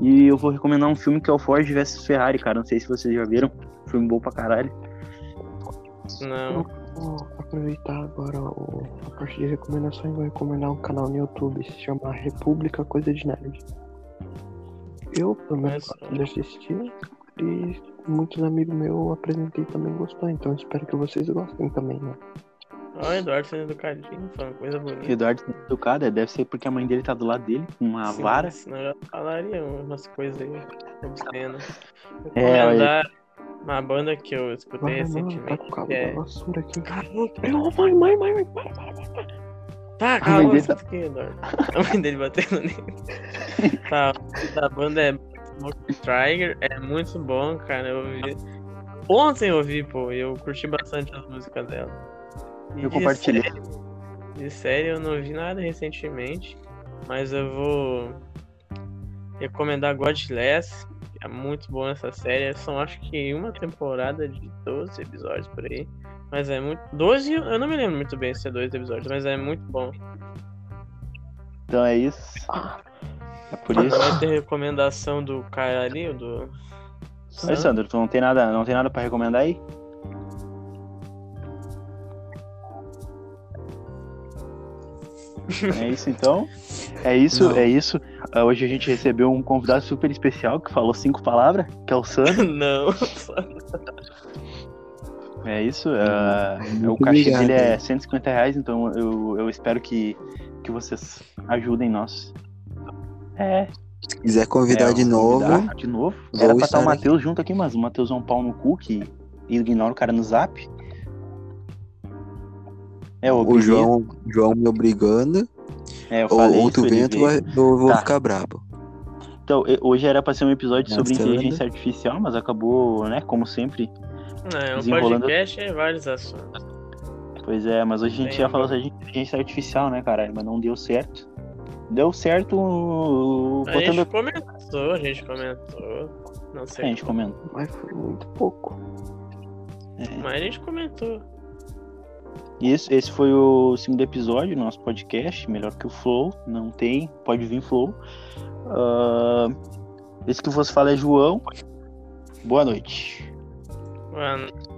[SPEAKER 2] E eu vou recomendar um filme que é o Ford vs Ferrari, cara. Não sei se vocês já viram. Filme bom pra caralho.
[SPEAKER 1] Não.
[SPEAKER 3] Vou aproveitar agora o- a parte de recomendações. Vou recomendar um canal no YouTube. Se chama República Coisa de Nerd. Eu, pelo menos,
[SPEAKER 1] Mas-
[SPEAKER 3] gosto de assistir. E muitos amigos meus eu apresentei também gostar. Então espero que vocês gostem também, né?
[SPEAKER 1] Olha o Eduardo sendo educadinho, falando coisa bonita.
[SPEAKER 2] Eduardo tá educado, é, deve ser porque a mãe dele tá do lado dele, com uma
[SPEAKER 1] Sim,
[SPEAKER 2] vara.
[SPEAKER 1] Senão eu já falaria umas coisas aí obscenas. Vou
[SPEAKER 2] É,
[SPEAKER 1] recomendar uma banda que eu escutei
[SPEAKER 3] Vai, mano, tá
[SPEAKER 1] recentemente.
[SPEAKER 3] com o cabo
[SPEAKER 1] que é...
[SPEAKER 3] da vassoura aqui.
[SPEAKER 1] Não, mãe, mãe, mãe, mãe, para, para, para. Tá,
[SPEAKER 2] mãe
[SPEAKER 1] calma,
[SPEAKER 2] dele
[SPEAKER 1] escuta aqui, Eduardo. A mãe dele batendo nele.
[SPEAKER 2] <laughs>
[SPEAKER 1] tá, a banda é Smoke Tiger, é muito bom, cara. Eu ouvi. Ontem eu ouvi, pô, e eu curti bastante as músicas dela. E
[SPEAKER 2] Eu
[SPEAKER 1] de
[SPEAKER 2] compartilhei.
[SPEAKER 1] série- De série eu não vi nada recentemente, mas eu vou recomendar Godless, que é muito bom essa série. São acho que uma temporada de 12 episódios por aí. Mas é muito. 12, eu não me lembro muito bem se é 12 episódios, mas é muito bom.
[SPEAKER 2] Então é isso. É por isso.
[SPEAKER 1] Vai ter recomendação do cara ali, o do. <laughs>
[SPEAKER 2] Aí, Sandro, tu não tem nada, não tem nada pra recomendar aí? É isso então. É isso,
[SPEAKER 4] Não.
[SPEAKER 2] é isso. Ah, hoje a gente recebeu um convidado super especial que falou cinco palavras, que é o Sandro.
[SPEAKER 1] Não.
[SPEAKER 2] É isso. ah,
[SPEAKER 4] Uhum. Muito
[SPEAKER 2] o cachê
[SPEAKER 4] obrigado.
[SPEAKER 2] dele é 150 reais, então eu, eu espero que, que vocês ajudem nós. É.
[SPEAKER 4] Se quiser convidar
[SPEAKER 2] é,
[SPEAKER 4] de novo,
[SPEAKER 2] convidar De novo. Era
[SPEAKER 4] vou
[SPEAKER 2] pra estar o
[SPEAKER 4] estar
[SPEAKER 2] Matheus junto aqui, mas o Matheus é um pau no cu que ignora o cara no zap. É, eu
[SPEAKER 4] o
[SPEAKER 2] obriguei-
[SPEAKER 4] João, João me obrigando,
[SPEAKER 2] É, eu
[SPEAKER 4] ou,
[SPEAKER 2] falei
[SPEAKER 4] ou
[SPEAKER 2] isso,
[SPEAKER 4] tu
[SPEAKER 2] ele
[SPEAKER 4] vem, tu
[SPEAKER 2] veio.
[SPEAKER 4] vai, eu vou
[SPEAKER 2] Tá.
[SPEAKER 4] ficar brabo.
[SPEAKER 2] Então, e- hoje era pra ser um episódio sobre
[SPEAKER 4] Nossa,
[SPEAKER 2] inteligência artificial, mas acabou, né, como sempre.
[SPEAKER 1] É, um
[SPEAKER 2] Desenrolando-
[SPEAKER 1] podcast é vários assuntos.
[SPEAKER 2] Pois é, mas hoje a gente
[SPEAKER 1] Bem,
[SPEAKER 2] ia falar sobre inteligência artificial, né, cara? Mas não deu certo. Deu certo
[SPEAKER 1] A
[SPEAKER 2] botando
[SPEAKER 1] gente comentou, a gente comentou. Não
[SPEAKER 2] a
[SPEAKER 1] sei.
[SPEAKER 2] gente comendo.
[SPEAKER 3] Mas foi muito pouco.
[SPEAKER 1] Mas a gente comentou.
[SPEAKER 2] E esse, esse foi o segundo episódio do nosso podcast, melhor que o Flow, não tem, pode vir Flow. Ah, esse que você fala é João. Boa noite.
[SPEAKER 1] Mano,